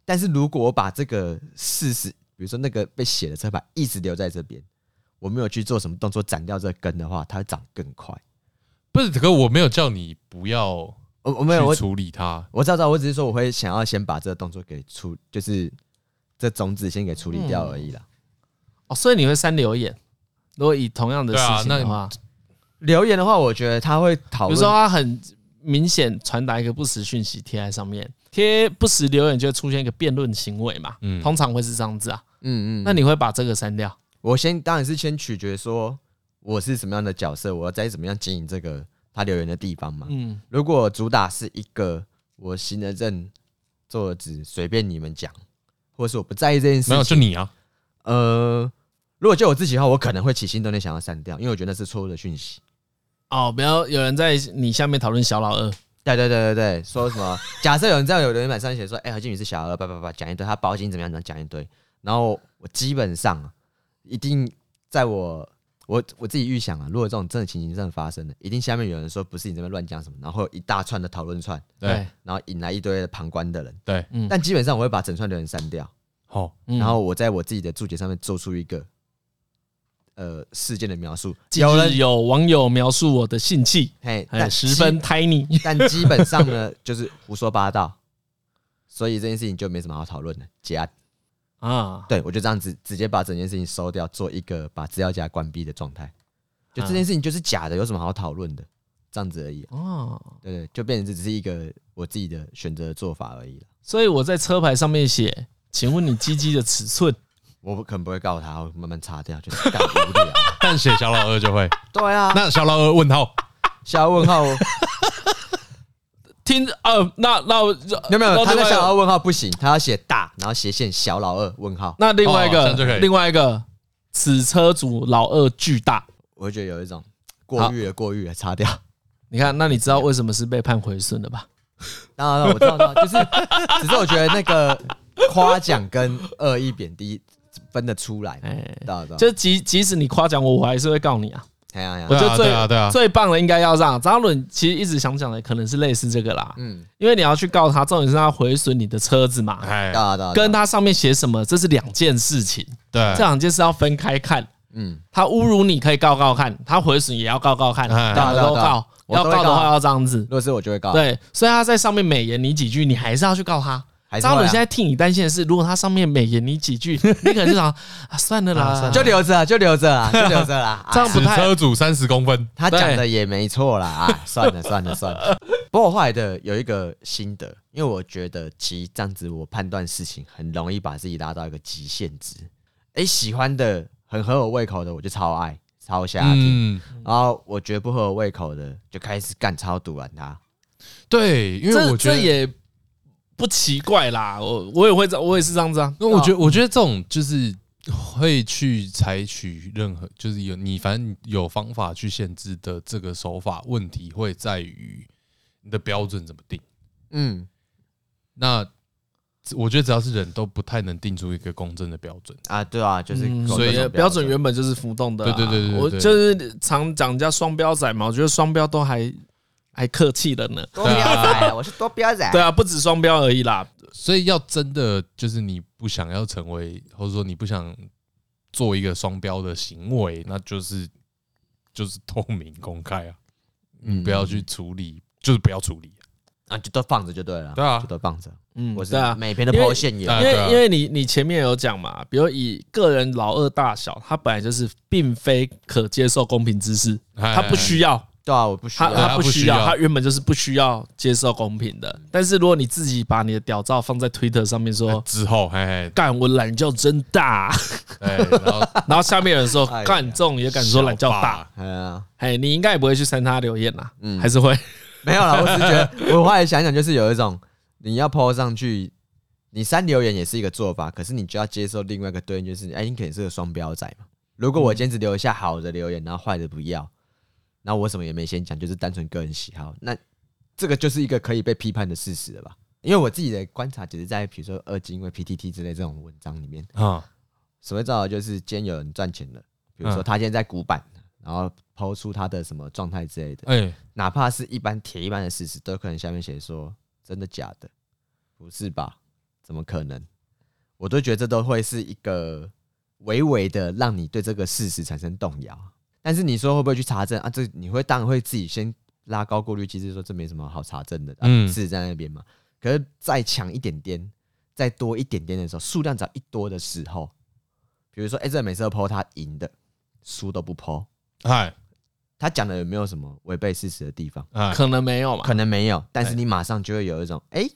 [SPEAKER 1] 但是如果我把这个事实，比如说那个被写的车牌一直留在这边，我没有去做什么动作斩掉这根的话，它会长更快。
[SPEAKER 2] 不是，可我没有叫你不要
[SPEAKER 1] 我我没有我
[SPEAKER 2] 去处理它。
[SPEAKER 1] 我知道知道，我只是说我会想要先把这个动作给处，就是这种子先给处理掉而已啦。
[SPEAKER 3] 哦，所以你会删留言，如果以同样的
[SPEAKER 2] 对啊
[SPEAKER 3] 事情
[SPEAKER 2] 那
[SPEAKER 3] 的话，
[SPEAKER 1] 留言的话，我觉得他会讨
[SPEAKER 3] 比
[SPEAKER 1] 论
[SPEAKER 3] 如说他很明显传达一个不实讯息贴在上面，贴不实留言就会出现一个辩论行为嘛，
[SPEAKER 2] 嗯
[SPEAKER 3] 通常会是这样子啊。
[SPEAKER 1] 嗯嗯，
[SPEAKER 3] 那你会把这个删掉？
[SPEAKER 1] 我先当然是先取决说我是什么样的角色，我要在怎么样经营这个他留言的地方嘛。
[SPEAKER 3] 嗯，
[SPEAKER 1] 如果主打是一个我行得正，坐得直，随便你们讲，或者是我不在意这件
[SPEAKER 2] 没有，
[SPEAKER 1] 事
[SPEAKER 2] 就
[SPEAKER 1] 情，
[SPEAKER 2] 你啊，
[SPEAKER 1] 呃，如果就我自己的话，我可能会起心动念想要删掉，因为我觉得那是错误的讯息。
[SPEAKER 3] 哦，不要有人在你下面讨论小老二，
[SPEAKER 1] 对对对对对，说什么？ *laughs* 假设有人在有留言板上写说，哎、何靖宇是小二，叭叭叭讲一堆，他包金怎么样怎么样讲一堆，然后我基本上啊一定在我我我自己预想啊，如果这种真的情形真的发生了，一定下面有人说不是你这边乱讲什么，然后有一大串的讨论串，
[SPEAKER 2] 对，
[SPEAKER 1] 然后引来一堆的旁观的人。
[SPEAKER 2] 对，
[SPEAKER 3] 嗯
[SPEAKER 1] 但基本上我会把整串留言删掉，
[SPEAKER 2] 好，
[SPEAKER 3] 嗯
[SPEAKER 1] 然后我在我自己的注解上面做出一个呃事件的描述。
[SPEAKER 3] 近日有网友描述我的性器，
[SPEAKER 1] 嘿，
[SPEAKER 3] 哎，
[SPEAKER 1] 但
[SPEAKER 3] 十
[SPEAKER 1] 基
[SPEAKER 3] 分 tiny，
[SPEAKER 1] *laughs* 但基本上呢，就是胡说八道，所以这件事情就没什么好讨论的，结案。
[SPEAKER 3] *laughs* 啊，
[SPEAKER 1] 对我就这样子直接把整件事情收掉，做一个把资料夹关闭的状态。就这件事情就是假的，有什么好讨论的？这样子而已。
[SPEAKER 3] 哦，
[SPEAKER 1] 对对，就变成只是一个我自己的选择的做法而已了。
[SPEAKER 3] 所以我在车牌上面写，请问你鸡鸡的尺寸？
[SPEAKER 1] 我不可能不会告他，我慢慢擦掉，就是干无聊。
[SPEAKER 2] 但写小老二就会。
[SPEAKER 1] *laughs* 对啊，
[SPEAKER 2] 那小老二问号，
[SPEAKER 1] 小问号，
[SPEAKER 3] 听，呃，那那
[SPEAKER 1] 有 *laughs* 没有？
[SPEAKER 3] 那
[SPEAKER 1] 他
[SPEAKER 3] 另
[SPEAKER 1] 的
[SPEAKER 3] 外
[SPEAKER 1] 小二问号不行，他要写大，然后斜线小老二问号。
[SPEAKER 3] 那另外一
[SPEAKER 2] 哦这样就可
[SPEAKER 3] 个，
[SPEAKER 2] 以
[SPEAKER 3] 另外一个，此车主老二巨大，
[SPEAKER 1] 我就觉得有一种过誉了，过誉了，擦掉。
[SPEAKER 3] 你看，那你知道为什么是被判回损的吧？
[SPEAKER 1] 当然了，我知道，知道，就是 *laughs* 只是我觉得那个夸奖跟恶意贬低分得出来，
[SPEAKER 3] 哎、
[SPEAKER 1] 知道知道。
[SPEAKER 3] 就即即使你夸奖我，我还是会告你啊。
[SPEAKER 1] 哎呀哎
[SPEAKER 3] 我
[SPEAKER 1] 呀，
[SPEAKER 2] 对
[SPEAKER 3] 就
[SPEAKER 2] 啊
[SPEAKER 3] 最
[SPEAKER 2] 对啊对啊
[SPEAKER 3] 最棒的应该要让张伦，其实一直想讲的可能是类似这个啦，
[SPEAKER 1] 嗯，
[SPEAKER 3] 因为你要去告他，重点是他回损你的车子嘛，
[SPEAKER 2] 哎
[SPEAKER 1] 知，道知道。
[SPEAKER 3] 跟他上面写什么，这是两件事情，
[SPEAKER 2] 对
[SPEAKER 3] 这，两件事要分开看。
[SPEAKER 1] 嗯，
[SPEAKER 3] 他侮辱你可以告告看，他回损也要告告看，
[SPEAKER 2] 哎
[SPEAKER 3] 两个都
[SPEAKER 1] 对啊对
[SPEAKER 3] 告
[SPEAKER 1] 啊，我
[SPEAKER 3] 要
[SPEAKER 1] 都会
[SPEAKER 3] 告的话
[SPEAKER 1] 告啊
[SPEAKER 3] 要这样子
[SPEAKER 1] 如。果是我就会告，，
[SPEAKER 3] 对，所以他在上面美言你几句，你还是要去告他。
[SPEAKER 1] 还是
[SPEAKER 3] 张
[SPEAKER 1] 会
[SPEAKER 3] 伦
[SPEAKER 1] 啊
[SPEAKER 3] 现在替你担心的是，如果他上面美言你几
[SPEAKER 2] *laughs*
[SPEAKER 3] 句，你可能就想啊，算了
[SPEAKER 2] 啊算
[SPEAKER 3] 啦，
[SPEAKER 2] 了
[SPEAKER 1] 就留着啊，就留着
[SPEAKER 3] *laughs*
[SPEAKER 1] 啦，就留着啦。
[SPEAKER 3] 这
[SPEAKER 1] 啊
[SPEAKER 3] 样不
[SPEAKER 2] 此
[SPEAKER 3] 太
[SPEAKER 2] 车主三十公分，
[SPEAKER 1] 他讲的也没错啦，啊，算了算了算
[SPEAKER 3] *laughs*
[SPEAKER 1] 了。不过我后来的有一个心得，因为我觉得其实这样子我判断事情很容易把自己拉到一个极限值。哎，喜欢的很合我胃口的，我就超爱超瞎听。
[SPEAKER 2] 嗯，
[SPEAKER 1] 然后我觉得不合我胃口的，就开始干超堵完他。
[SPEAKER 2] 对，因为
[SPEAKER 3] 这
[SPEAKER 2] 我觉得
[SPEAKER 3] 这也不奇怪啦。我我也会这，我也是这样子啊。
[SPEAKER 2] 那我觉得，我觉得这种就是会去采取任何，就是有你反正有方法去限制的这个手法，问题会在于你的标准怎么定。
[SPEAKER 1] 嗯，
[SPEAKER 2] 那我觉得只要是人都不太能定出一个公正的标准。
[SPEAKER 1] 啊，对啊，就是
[SPEAKER 3] 嗯
[SPEAKER 1] 各种
[SPEAKER 2] 所以
[SPEAKER 1] 各种
[SPEAKER 3] 标准原本就是浮动的啦，
[SPEAKER 2] 对对对对对
[SPEAKER 3] 我就是常讲人家双标仔嘛，我觉得双标都还还客气了呢。
[SPEAKER 1] 多标仔，我是多标仔。
[SPEAKER 3] 对啊，不止双标而已啦，
[SPEAKER 2] 所以要真的就是你不想要成为，或者说你不想做一个双标的行为，那就是就是透明公开啊，你
[SPEAKER 3] 嗯
[SPEAKER 2] 不要去处理，就是不要处理、
[SPEAKER 1] 啊，就都放着就对了，
[SPEAKER 2] 对啊
[SPEAKER 1] 就都放着。
[SPEAKER 3] 嗯，
[SPEAKER 1] 我是
[SPEAKER 3] 对啊，
[SPEAKER 1] 每篇都
[SPEAKER 3] 因为
[SPEAKER 1] 抛现眼，
[SPEAKER 2] 啊
[SPEAKER 3] 因
[SPEAKER 2] 对啊
[SPEAKER 3] 为因为你你前面有讲嘛，比如以个人老二大小，他本来就是并非可接受公平之事，
[SPEAKER 2] 哎
[SPEAKER 3] 他不需要，
[SPEAKER 1] 对啊，我不需
[SPEAKER 3] 他
[SPEAKER 1] 要。
[SPEAKER 2] 他
[SPEAKER 3] 他不
[SPEAKER 2] 不
[SPEAKER 3] 需
[SPEAKER 2] 需
[SPEAKER 3] 要，
[SPEAKER 2] 要
[SPEAKER 3] 他原本就是不需要接受公平的。但是如果你自己把你的屌照放在 Twitter 上面
[SPEAKER 1] 哎
[SPEAKER 3] 说
[SPEAKER 2] 哎之后，嘿嘿，
[SPEAKER 3] 干我懒觉真
[SPEAKER 1] *laughs*
[SPEAKER 3] 大，啊
[SPEAKER 2] 哎，然后
[SPEAKER 3] *laughs* 然后下面有人说
[SPEAKER 1] 哎呀
[SPEAKER 3] 干这种也敢说懒觉大，
[SPEAKER 1] 哎呀，
[SPEAKER 3] 哎，你应该也不会去删他留言啦，
[SPEAKER 1] 嗯
[SPEAKER 3] 还是会
[SPEAKER 1] 没有啦，我只是觉得，我后来想想，就是有一种你要抛上去，你删留言也是一个做法，可是你就要接受另外一个对应，就是哎，你可能是个双标仔嘛。如果我坚持留下好的留言，然后坏的不要，然后我什么也没先讲，就是单纯个人喜好，那这个就是一个可以被批判的事实了吧？因为我自己的观察，只是在比如说二金、因为 PTT 之类这种文章里面，
[SPEAKER 2] 啊，
[SPEAKER 1] 所谓造谣就是今天有人赚钱了，比如说
[SPEAKER 2] 嗯
[SPEAKER 1] 他今天在古板，然后抛出他的什么状态之类的，
[SPEAKER 2] 哎，
[SPEAKER 1] 哪怕是一般铁一般的事实，都有可能下面写说真的假的，不是吧？怎么可能？我都觉得这都会是一个微微的让你对这个事实产生动摇。但是你说会不会去查证啊？这你会当然会自己先拉高过滤机制，说这没什么好查证的，啊、
[SPEAKER 2] 嗯
[SPEAKER 1] 事实在那边嘛。可是再强一点点，再多一点点的时候，数量只要一多的时候，比如说，哎、这每次都 PO 他赢的，输都不 PO，
[SPEAKER 2] 嗨
[SPEAKER 1] 他讲的有没有什么违背事实的地方？
[SPEAKER 2] 嗨，
[SPEAKER 3] 可能没有嘛
[SPEAKER 1] 可，能没有，但是你马上就会有一种，哎、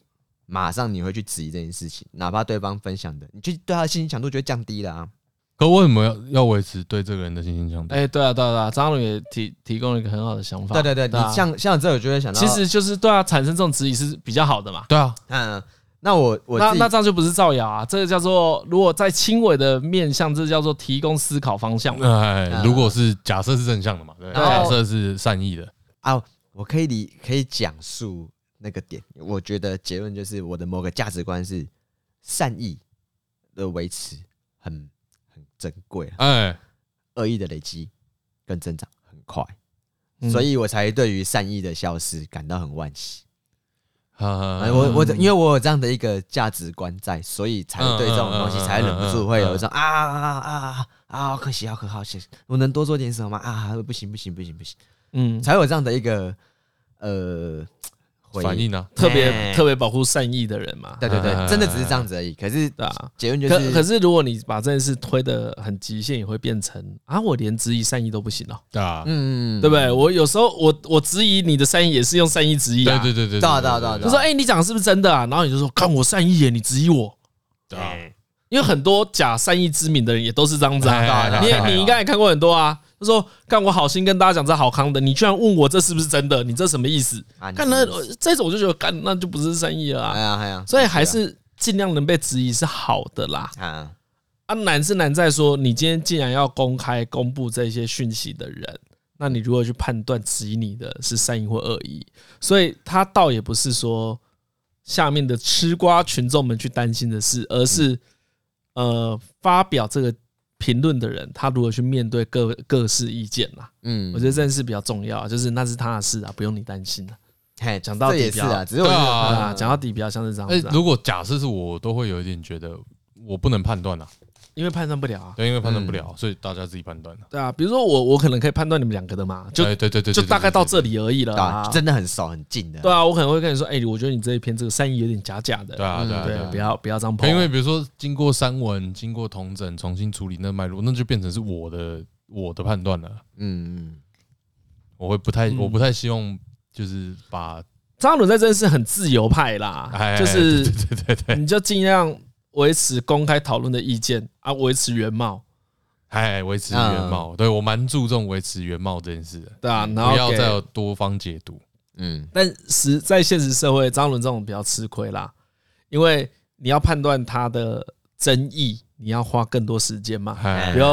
[SPEAKER 1] 马上你会去质疑这件事情，哪怕对方分享的，你就对他的信心强度就会降低了啊。
[SPEAKER 2] 可为什么要要维持对这个人的信心相待？
[SPEAKER 3] 哎，对啊，对啊，对啊，张翰也提提供了一个很好的想法，
[SPEAKER 1] 对对对，
[SPEAKER 3] 啊
[SPEAKER 1] 你像像这，我就会想到，
[SPEAKER 3] 其实就是对啊，产生这种质疑是比较好的嘛。
[SPEAKER 2] 对啊，
[SPEAKER 1] 嗯，那我我
[SPEAKER 3] 那
[SPEAKER 1] 自己
[SPEAKER 3] 那这样就不是造谣啊，这个叫做如果在轻微的面向，这叫做提供思考方向嘛。
[SPEAKER 2] 哎，如果是假设是正向的嘛，对，
[SPEAKER 1] 然
[SPEAKER 2] 假
[SPEAKER 1] 后
[SPEAKER 2] 设是善意的，
[SPEAKER 1] 啊，我可以理可以讲述那个点，我觉得结论就是我的某个价值观是善意的维持很很珍贵啊，
[SPEAKER 2] 哎，
[SPEAKER 1] 恶意的累积跟增长很快，
[SPEAKER 3] 嗯
[SPEAKER 1] 所以我才对于善意的消失感到很惋惜。
[SPEAKER 2] 哈哈
[SPEAKER 1] 哎，我我因为我有这样的一个价值观在，所以才会对这种东西
[SPEAKER 2] 嗯嗯嗯
[SPEAKER 1] 才会忍不住
[SPEAKER 2] 嗯嗯
[SPEAKER 1] 会有一种啊啊啊啊啊，好可惜，好可好惜，我能多做点什么吗啊？不行不行不行不行，
[SPEAKER 3] 嗯，
[SPEAKER 1] 才会有这样的一个呃回
[SPEAKER 2] 反应啊呢，
[SPEAKER 3] 特别
[SPEAKER 1] 哎
[SPEAKER 3] 特别保护善意的人嘛。
[SPEAKER 1] 对对对
[SPEAKER 2] 嗯嗯，嗯
[SPEAKER 1] 真的只是这样子而已。可是
[SPEAKER 3] 对啊，
[SPEAKER 1] 结论就
[SPEAKER 3] 可
[SPEAKER 1] 是，
[SPEAKER 3] 可是如果你把这件事推得很极限，也会变成啊，我连质疑善意都不行哦，
[SPEAKER 2] 对啊，
[SPEAKER 1] 嗯，
[SPEAKER 3] 对不对？我有时候我我质疑你的善意，也是用善意质疑
[SPEAKER 2] 对
[SPEAKER 3] 啊。
[SPEAKER 2] 对对对，
[SPEAKER 1] 对啊对啊对啊
[SPEAKER 3] 就说哎、你讲的是不是真的啊？然后你就说看我善意耶，你质疑我，
[SPEAKER 2] 对啊，
[SPEAKER 3] 因为很多假善意之名的人也都是这样子啊。
[SPEAKER 1] 哎
[SPEAKER 3] 你也你应该也看过很多啊。他说：“干，我好心跟大家讲这好康的，你居然问我这是不是真的？你这什么意思？
[SPEAKER 1] 啊你
[SPEAKER 3] 干那呃这种我就觉得干那就不是善意了
[SPEAKER 1] 哎
[SPEAKER 3] 啊。
[SPEAKER 1] 呀哎呀，
[SPEAKER 3] 所以还
[SPEAKER 2] 啊
[SPEAKER 3] 是尽量能被质疑是好的啦。
[SPEAKER 1] 啊，
[SPEAKER 3] 啊，难是难在说你今天既然要公开公布这些讯息的人，那你如何去判断质疑你的是善意或恶意？所以他倒也不是说下面的吃瓜群众们去担心的事，而是
[SPEAKER 2] 嗯
[SPEAKER 3] 呃发表这个评论的人他如何去面对各各式意见啦、
[SPEAKER 1] 嗯
[SPEAKER 3] 我觉得这件事比较重要啊，就是那是他的事啊，不用你担心啊。
[SPEAKER 1] 嘿，
[SPEAKER 3] 讲到
[SPEAKER 1] 这也
[SPEAKER 3] 底
[SPEAKER 1] 是
[SPEAKER 3] 啊
[SPEAKER 1] 啊，只是我觉得
[SPEAKER 2] 对啊
[SPEAKER 3] 啊，讲到底比较像是这样
[SPEAKER 2] 哎
[SPEAKER 3] 子、，啊，
[SPEAKER 2] 如果假设是我，我都会有一点觉得我不能判断啊，
[SPEAKER 3] 因为判断不了啊。
[SPEAKER 2] 对，因为判断不了，所以大家自己判断啊
[SPEAKER 3] 对啊，比如说我，我可能可以判断你们两个的嘛，就
[SPEAKER 2] 哎对对对，
[SPEAKER 3] 就
[SPEAKER 2] 对
[SPEAKER 3] 大概到，这
[SPEAKER 2] 对
[SPEAKER 3] 里而已了
[SPEAKER 1] 对
[SPEAKER 3] 啊
[SPEAKER 1] 啊，。真的很熟很近的，
[SPEAKER 3] 对啊，我可能会跟你说，哎、我觉得你这一篇这个善意有点假假的，
[SPEAKER 2] 对对啊对啊对
[SPEAKER 3] 嗯对
[SPEAKER 2] 啊
[SPEAKER 3] 不
[SPEAKER 2] 对啊。
[SPEAKER 3] 要不要这样
[SPEAKER 2] 可
[SPEAKER 3] 碰，
[SPEAKER 2] 因为比如说，经过删文，经过同整，重新处理那脉络，那就变成是我的我的判断了。
[SPEAKER 1] 嗯，
[SPEAKER 2] 我会不太，
[SPEAKER 3] 嗯
[SPEAKER 2] 我不太希望就是把，
[SPEAKER 3] 张伦在这是很自由派啦，
[SPEAKER 2] 哎，
[SPEAKER 3] 就是
[SPEAKER 2] 对对对对对，
[SPEAKER 3] 你就尽量维持公开讨论的意见啊，维持原貌，
[SPEAKER 2] 哎，维持原
[SPEAKER 3] 嗯
[SPEAKER 2] 貌，对我蛮注重维持原貌这件事的，
[SPEAKER 3] 对啊，然
[SPEAKER 2] 嗯不
[SPEAKER 3] 后
[SPEAKER 2] 要
[SPEAKER 3] 给
[SPEAKER 2] 再有多方解读。
[SPEAKER 1] 嗯嗯，
[SPEAKER 3] 但实在现实社会，张伦这种比较吃亏啦，因为你要判断他的争议，你要花更多时间嘛。
[SPEAKER 2] 哎
[SPEAKER 3] 比如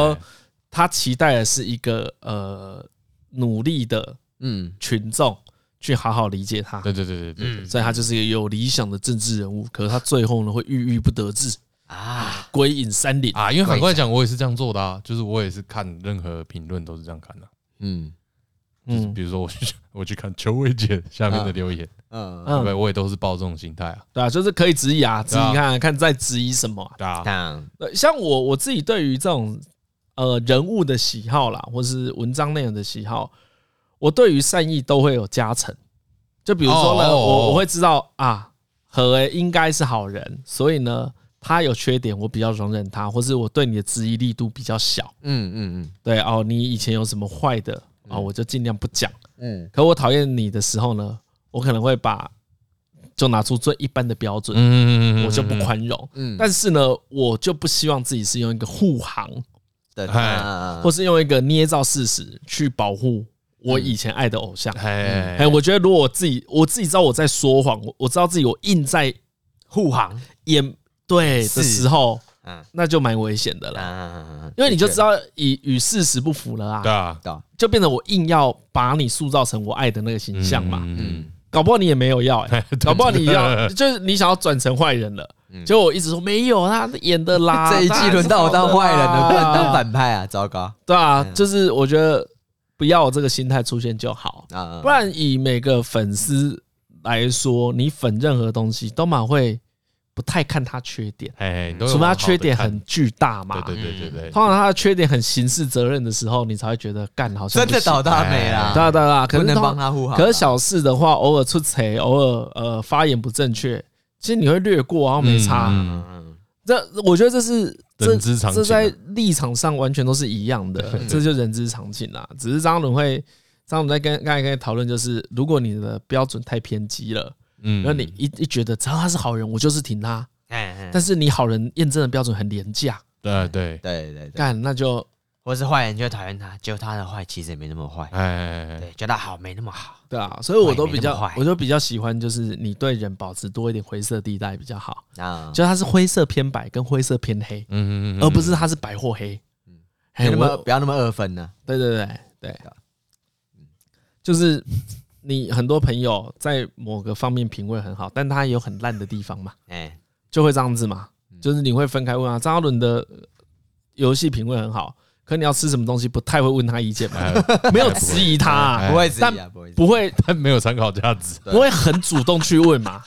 [SPEAKER 3] 他期待的是一个呃努力的
[SPEAKER 1] 嗯
[SPEAKER 3] 群众去好好理解他。
[SPEAKER 2] 对对对对对对，
[SPEAKER 3] 所以他就是一个有理想的政治人物，可是他最后呢会郁郁不得志，
[SPEAKER 1] 啊，
[SPEAKER 3] 归隐山林。
[SPEAKER 2] 啊，因为反过来讲，我也是这样做的
[SPEAKER 3] 嗯
[SPEAKER 2] 啊，就是我也是看任何评论都是这样看的、
[SPEAKER 1] 嗯
[SPEAKER 2] 就是
[SPEAKER 3] 嗯，
[SPEAKER 2] 比如说我去 *laughs* 我去看邱薇姐下面的留言，
[SPEAKER 1] 嗯，
[SPEAKER 2] 对不
[SPEAKER 3] 嗯
[SPEAKER 2] 对？我也都是抱这种心态啊，
[SPEAKER 3] 对啊，就是可以质疑啊，质
[SPEAKER 2] 对啊
[SPEAKER 3] 疑看看在质疑什么啊、
[SPEAKER 2] 对啊，
[SPEAKER 1] 当
[SPEAKER 3] 对，像我我自己对于这种呃人物的喜好啦，或是文章内容的喜好，我对于善意都会有加成。就比如说呢，
[SPEAKER 2] 哦哦哦
[SPEAKER 3] 我我会知道啊，何为应该是好人，所以呢，他有缺点，我比较容忍他，或是我对你的质疑力度比较小。
[SPEAKER 1] 嗯嗯
[SPEAKER 3] 对哦，你以前有什么坏的啊、我就尽量不讲。
[SPEAKER 1] 嗯
[SPEAKER 3] 可我讨厌你的时候呢，我可能会把就拿出最一般的标准，
[SPEAKER 2] 嗯
[SPEAKER 3] 我就不，宽容。
[SPEAKER 1] 嗯嗯，
[SPEAKER 3] 但是呢，我就不希望自己是用一个护航，
[SPEAKER 1] 对，
[SPEAKER 2] 哎
[SPEAKER 1] 啊
[SPEAKER 3] 或是用一个捏造事实去保护我
[SPEAKER 1] 嗯
[SPEAKER 3] 以前爱的偶像。
[SPEAKER 2] 哎
[SPEAKER 3] 哎，，我觉得如果我自己，我自己知道我在说谎，我我知道自己我硬在
[SPEAKER 1] 护航
[SPEAKER 3] 演对的
[SPEAKER 1] 是
[SPEAKER 3] 时候，
[SPEAKER 1] 啊
[SPEAKER 3] 那就蛮危险的
[SPEAKER 1] 啊
[SPEAKER 3] 了，
[SPEAKER 1] 啊，
[SPEAKER 3] 因为你就知道以与事实不符了
[SPEAKER 2] 对
[SPEAKER 3] 啊，
[SPEAKER 2] 啊，
[SPEAKER 1] 道
[SPEAKER 3] 就变成我硬要把你塑造成我爱的那个形象嘛，
[SPEAKER 2] 嗯，
[SPEAKER 3] 搞不好你也没有
[SPEAKER 2] *laughs*
[SPEAKER 3] 要、欸，搞不好你要就是你想要转成坏人了，结果我一直说没有啦，演的啦，
[SPEAKER 1] 嗯 *laughs* 这一
[SPEAKER 3] 当
[SPEAKER 1] 季
[SPEAKER 3] 然
[SPEAKER 1] 轮
[SPEAKER 3] 是
[SPEAKER 1] 到我
[SPEAKER 3] 好的
[SPEAKER 1] 当坏人了，
[SPEAKER 3] 啦
[SPEAKER 1] 不能当反派啊！糟糕啊
[SPEAKER 3] 对啊，就是我觉得不要有这个心态出现就好，
[SPEAKER 1] 啊！啊
[SPEAKER 3] 不然以每个粉丝来说，你粉任何东西都蛮会不太看他缺点，
[SPEAKER 2] 哎，
[SPEAKER 3] 嗯除非他缺点很巨大嘛嗯
[SPEAKER 2] 对。对对对对，
[SPEAKER 3] 通常他的缺点很刑事责任的时候，你才会觉得干好像
[SPEAKER 1] 真
[SPEAKER 3] 不
[SPEAKER 1] 的
[SPEAKER 3] 行
[SPEAKER 1] 倒大霉啦，
[SPEAKER 3] 对啊对啊对啊，可
[SPEAKER 1] 不
[SPEAKER 3] 是
[SPEAKER 1] 能
[SPEAKER 3] 通
[SPEAKER 1] 帮他护航啊。
[SPEAKER 3] 可是小事的话，偶尔出贼，偶尔呃发言不正确，其实你会略过，然后没差。
[SPEAKER 2] 嗯
[SPEAKER 1] 嗯，
[SPEAKER 3] 这我觉得这是这
[SPEAKER 2] 人之常情
[SPEAKER 3] 这
[SPEAKER 2] 啊
[SPEAKER 3] 在立场上完全都是一样的，这就人之常情啦。只是张伦会，张伦在跟刚才跟你讨论，就是如果你的标准太偏激了，
[SPEAKER 2] 嗯
[SPEAKER 3] 然后你一一觉得只要他是好人，我就是挺他，
[SPEAKER 2] 嗯
[SPEAKER 1] 哎，
[SPEAKER 3] 但是你好人验证的标准很廉价，
[SPEAKER 2] 对对，
[SPEAKER 1] 对对对，
[SPEAKER 3] 干那就
[SPEAKER 1] 或是坏人就会讨厌他，结果他的坏其实也没那么坏，
[SPEAKER 2] 哎，
[SPEAKER 1] 对，觉得好没那么好。
[SPEAKER 3] 对啊，所以我都比
[SPEAKER 1] 坏没那么
[SPEAKER 3] 较
[SPEAKER 1] 坏，
[SPEAKER 3] 我就比较喜欢就是你对人保持多一点灰色地带比较好，
[SPEAKER 1] 啊，
[SPEAKER 3] 就它是灰色偏白跟灰色偏黑，
[SPEAKER 2] 嗯
[SPEAKER 3] 而不是它是白或黑。
[SPEAKER 1] 没
[SPEAKER 3] 嘿
[SPEAKER 1] 那么
[SPEAKER 3] 我
[SPEAKER 1] 不要那么二分呢。
[SPEAKER 3] 对对对对，
[SPEAKER 2] 啊嗯
[SPEAKER 3] 就是你很多朋友在某个方面品味很好，但他也有很烂的地方嘛，
[SPEAKER 1] 哎，
[SPEAKER 3] 就会这样子嘛。
[SPEAKER 2] 嗯
[SPEAKER 3] 就是你会分开问啊，张嘉伦的呃游戏品味很好，可你要吃什么东西不太会问他意见
[SPEAKER 2] 嗯
[SPEAKER 3] 嘛， *laughs* 没有质疑他、
[SPEAKER 2] 哎
[SPEAKER 3] 啊，
[SPEAKER 1] 不会质疑啊，
[SPEAKER 3] 但
[SPEAKER 1] 不会质疑，
[SPEAKER 3] 不会
[SPEAKER 2] 但 *laughs* 没有参考价值。
[SPEAKER 3] *laughs*
[SPEAKER 1] 对
[SPEAKER 3] 不会很主动去问嘛。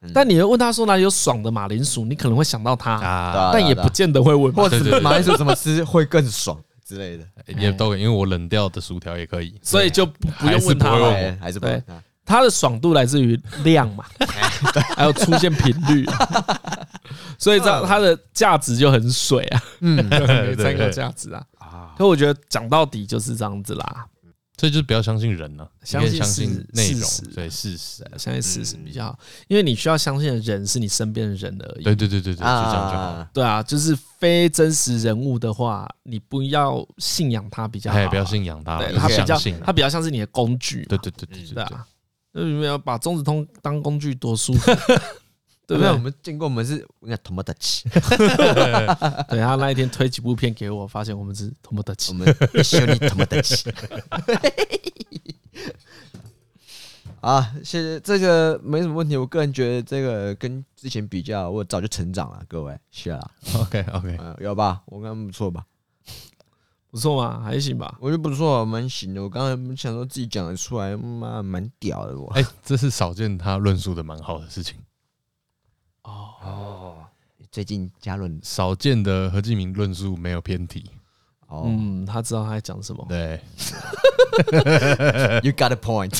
[SPEAKER 2] 嗯
[SPEAKER 3] 但你会问他说哪里有爽的马铃薯，你可能会想到他，
[SPEAKER 1] 对啊
[SPEAKER 2] 啊，
[SPEAKER 3] 但也不见得会问嘛。
[SPEAKER 1] 或
[SPEAKER 2] 对啊对
[SPEAKER 1] 者
[SPEAKER 2] 对
[SPEAKER 1] 马铃薯怎么吃会更爽之类的，
[SPEAKER 2] 也都可以因为我冷掉的薯条也可以，
[SPEAKER 3] 所以就不不
[SPEAKER 2] 还
[SPEAKER 3] 用
[SPEAKER 2] 是
[SPEAKER 3] 问
[SPEAKER 2] 不
[SPEAKER 3] 他
[SPEAKER 2] 会
[SPEAKER 3] 了
[SPEAKER 2] 问。
[SPEAKER 1] 哎还是不
[SPEAKER 3] 对
[SPEAKER 1] 啊
[SPEAKER 3] 它的爽度来自于量嘛，
[SPEAKER 2] 哎
[SPEAKER 3] 还有出现频率，所以它它的价值就很水啊，嗯，没参考价值啊。
[SPEAKER 1] 啊，
[SPEAKER 3] 可我觉得讲到底就是这样子啦，
[SPEAKER 2] 所以就是不要相信人了、你
[SPEAKER 3] 相
[SPEAKER 2] 可以
[SPEAKER 3] 信
[SPEAKER 2] 相
[SPEAKER 3] 事
[SPEAKER 2] 信内容
[SPEAKER 3] 事实，啊
[SPEAKER 2] 对事实，啊
[SPEAKER 3] 相信事实比较好，因为你需要相信的人是你身边的人而
[SPEAKER 2] 嗯对
[SPEAKER 3] 已。
[SPEAKER 2] 对对对对，就这样就好了。
[SPEAKER 1] 啊，
[SPEAKER 3] 对啊，就是非真实人物的话，你不要信仰他比较好
[SPEAKER 2] 哎，
[SPEAKER 3] 啊，
[SPEAKER 2] 不要信仰他，
[SPEAKER 3] 对
[SPEAKER 2] 你
[SPEAKER 3] 他比较
[SPEAKER 2] 相信啊
[SPEAKER 3] 他比较像是你的工具嘛，
[SPEAKER 2] 对对对对
[SPEAKER 1] 嗯
[SPEAKER 2] 对
[SPEAKER 3] 对
[SPEAKER 2] 对，
[SPEAKER 3] 啊，就是没有把中子通当工具多
[SPEAKER 2] *laughs*
[SPEAKER 3] 舒服，
[SPEAKER 1] 对
[SPEAKER 3] 对不
[SPEAKER 1] 不
[SPEAKER 3] 对
[SPEAKER 1] 对？我？们见过，我们是那他妈的气，
[SPEAKER 3] *laughs* 对他那一天推几部片给我，发现我们是同不得
[SPEAKER 1] 我
[SPEAKER 2] 嗯
[SPEAKER 3] 起。
[SPEAKER 1] 们一休你他妈的气。 *laughs* 啊，谢谢，这个没什么问题。我个人觉得这个跟之前比较，我早就成长了，各位谢了。
[SPEAKER 2] OK
[SPEAKER 3] *laughs*
[SPEAKER 2] OK，
[SPEAKER 1] 嗯，有吧？我刚刚不错吧？
[SPEAKER 3] 不错嘛，还行吧。
[SPEAKER 1] 我觉得不错，蛮行的。我刚才想说自己讲得出来，妈蛮屌的我。
[SPEAKER 2] 哎，这是少见他论述的蛮好的事情，
[SPEAKER 1] 哦，最近嘉伦
[SPEAKER 2] 少见的何敬明论述没有偏题，
[SPEAKER 1] 哦、
[SPEAKER 3] 嗯，他知道他在讲什么。
[SPEAKER 2] 对，
[SPEAKER 1] y o u got a point 。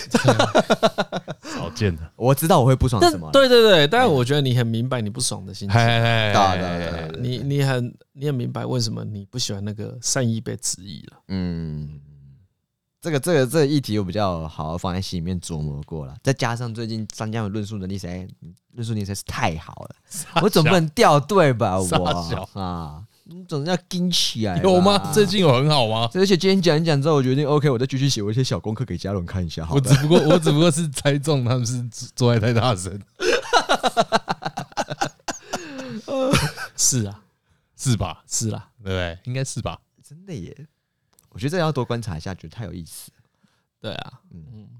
[SPEAKER 2] 少
[SPEAKER 3] *laughs*
[SPEAKER 2] 见的，
[SPEAKER 1] 我知道我会不爽
[SPEAKER 3] 但
[SPEAKER 1] 什么了，
[SPEAKER 3] 对对对，但我觉得你很明白你不爽的心情，
[SPEAKER 2] 哎，
[SPEAKER 1] 对对对对，
[SPEAKER 3] 你你很你很明白为什么你不喜欢那个善意被质疑了。
[SPEAKER 1] 嗯，这个这个这个议题我比较好好放在心里面琢磨过了，再加上最近张江的论述能力实在嗯论述能力实在是太好了，我总不能掉队吧
[SPEAKER 2] 傻
[SPEAKER 1] 我
[SPEAKER 2] 小
[SPEAKER 1] 啊，你总要盯起来吧
[SPEAKER 2] 有
[SPEAKER 3] 啊
[SPEAKER 2] 吗？最。近有很好吗？
[SPEAKER 1] 而且今天讲一讲之后，我决定 OK，我再继续写我一些小功课给嘉伦看一下，好
[SPEAKER 2] 我
[SPEAKER 1] 了。
[SPEAKER 2] 只不过我只不过是猜中他们是做爱太大声，
[SPEAKER 3] 是啊，
[SPEAKER 2] 是吧？
[SPEAKER 3] 是啊啦、
[SPEAKER 2] 对不对？应该是吧？
[SPEAKER 1] 真的耶，我觉得这要多观察一下，觉得太有意思了。
[SPEAKER 3] 对啊，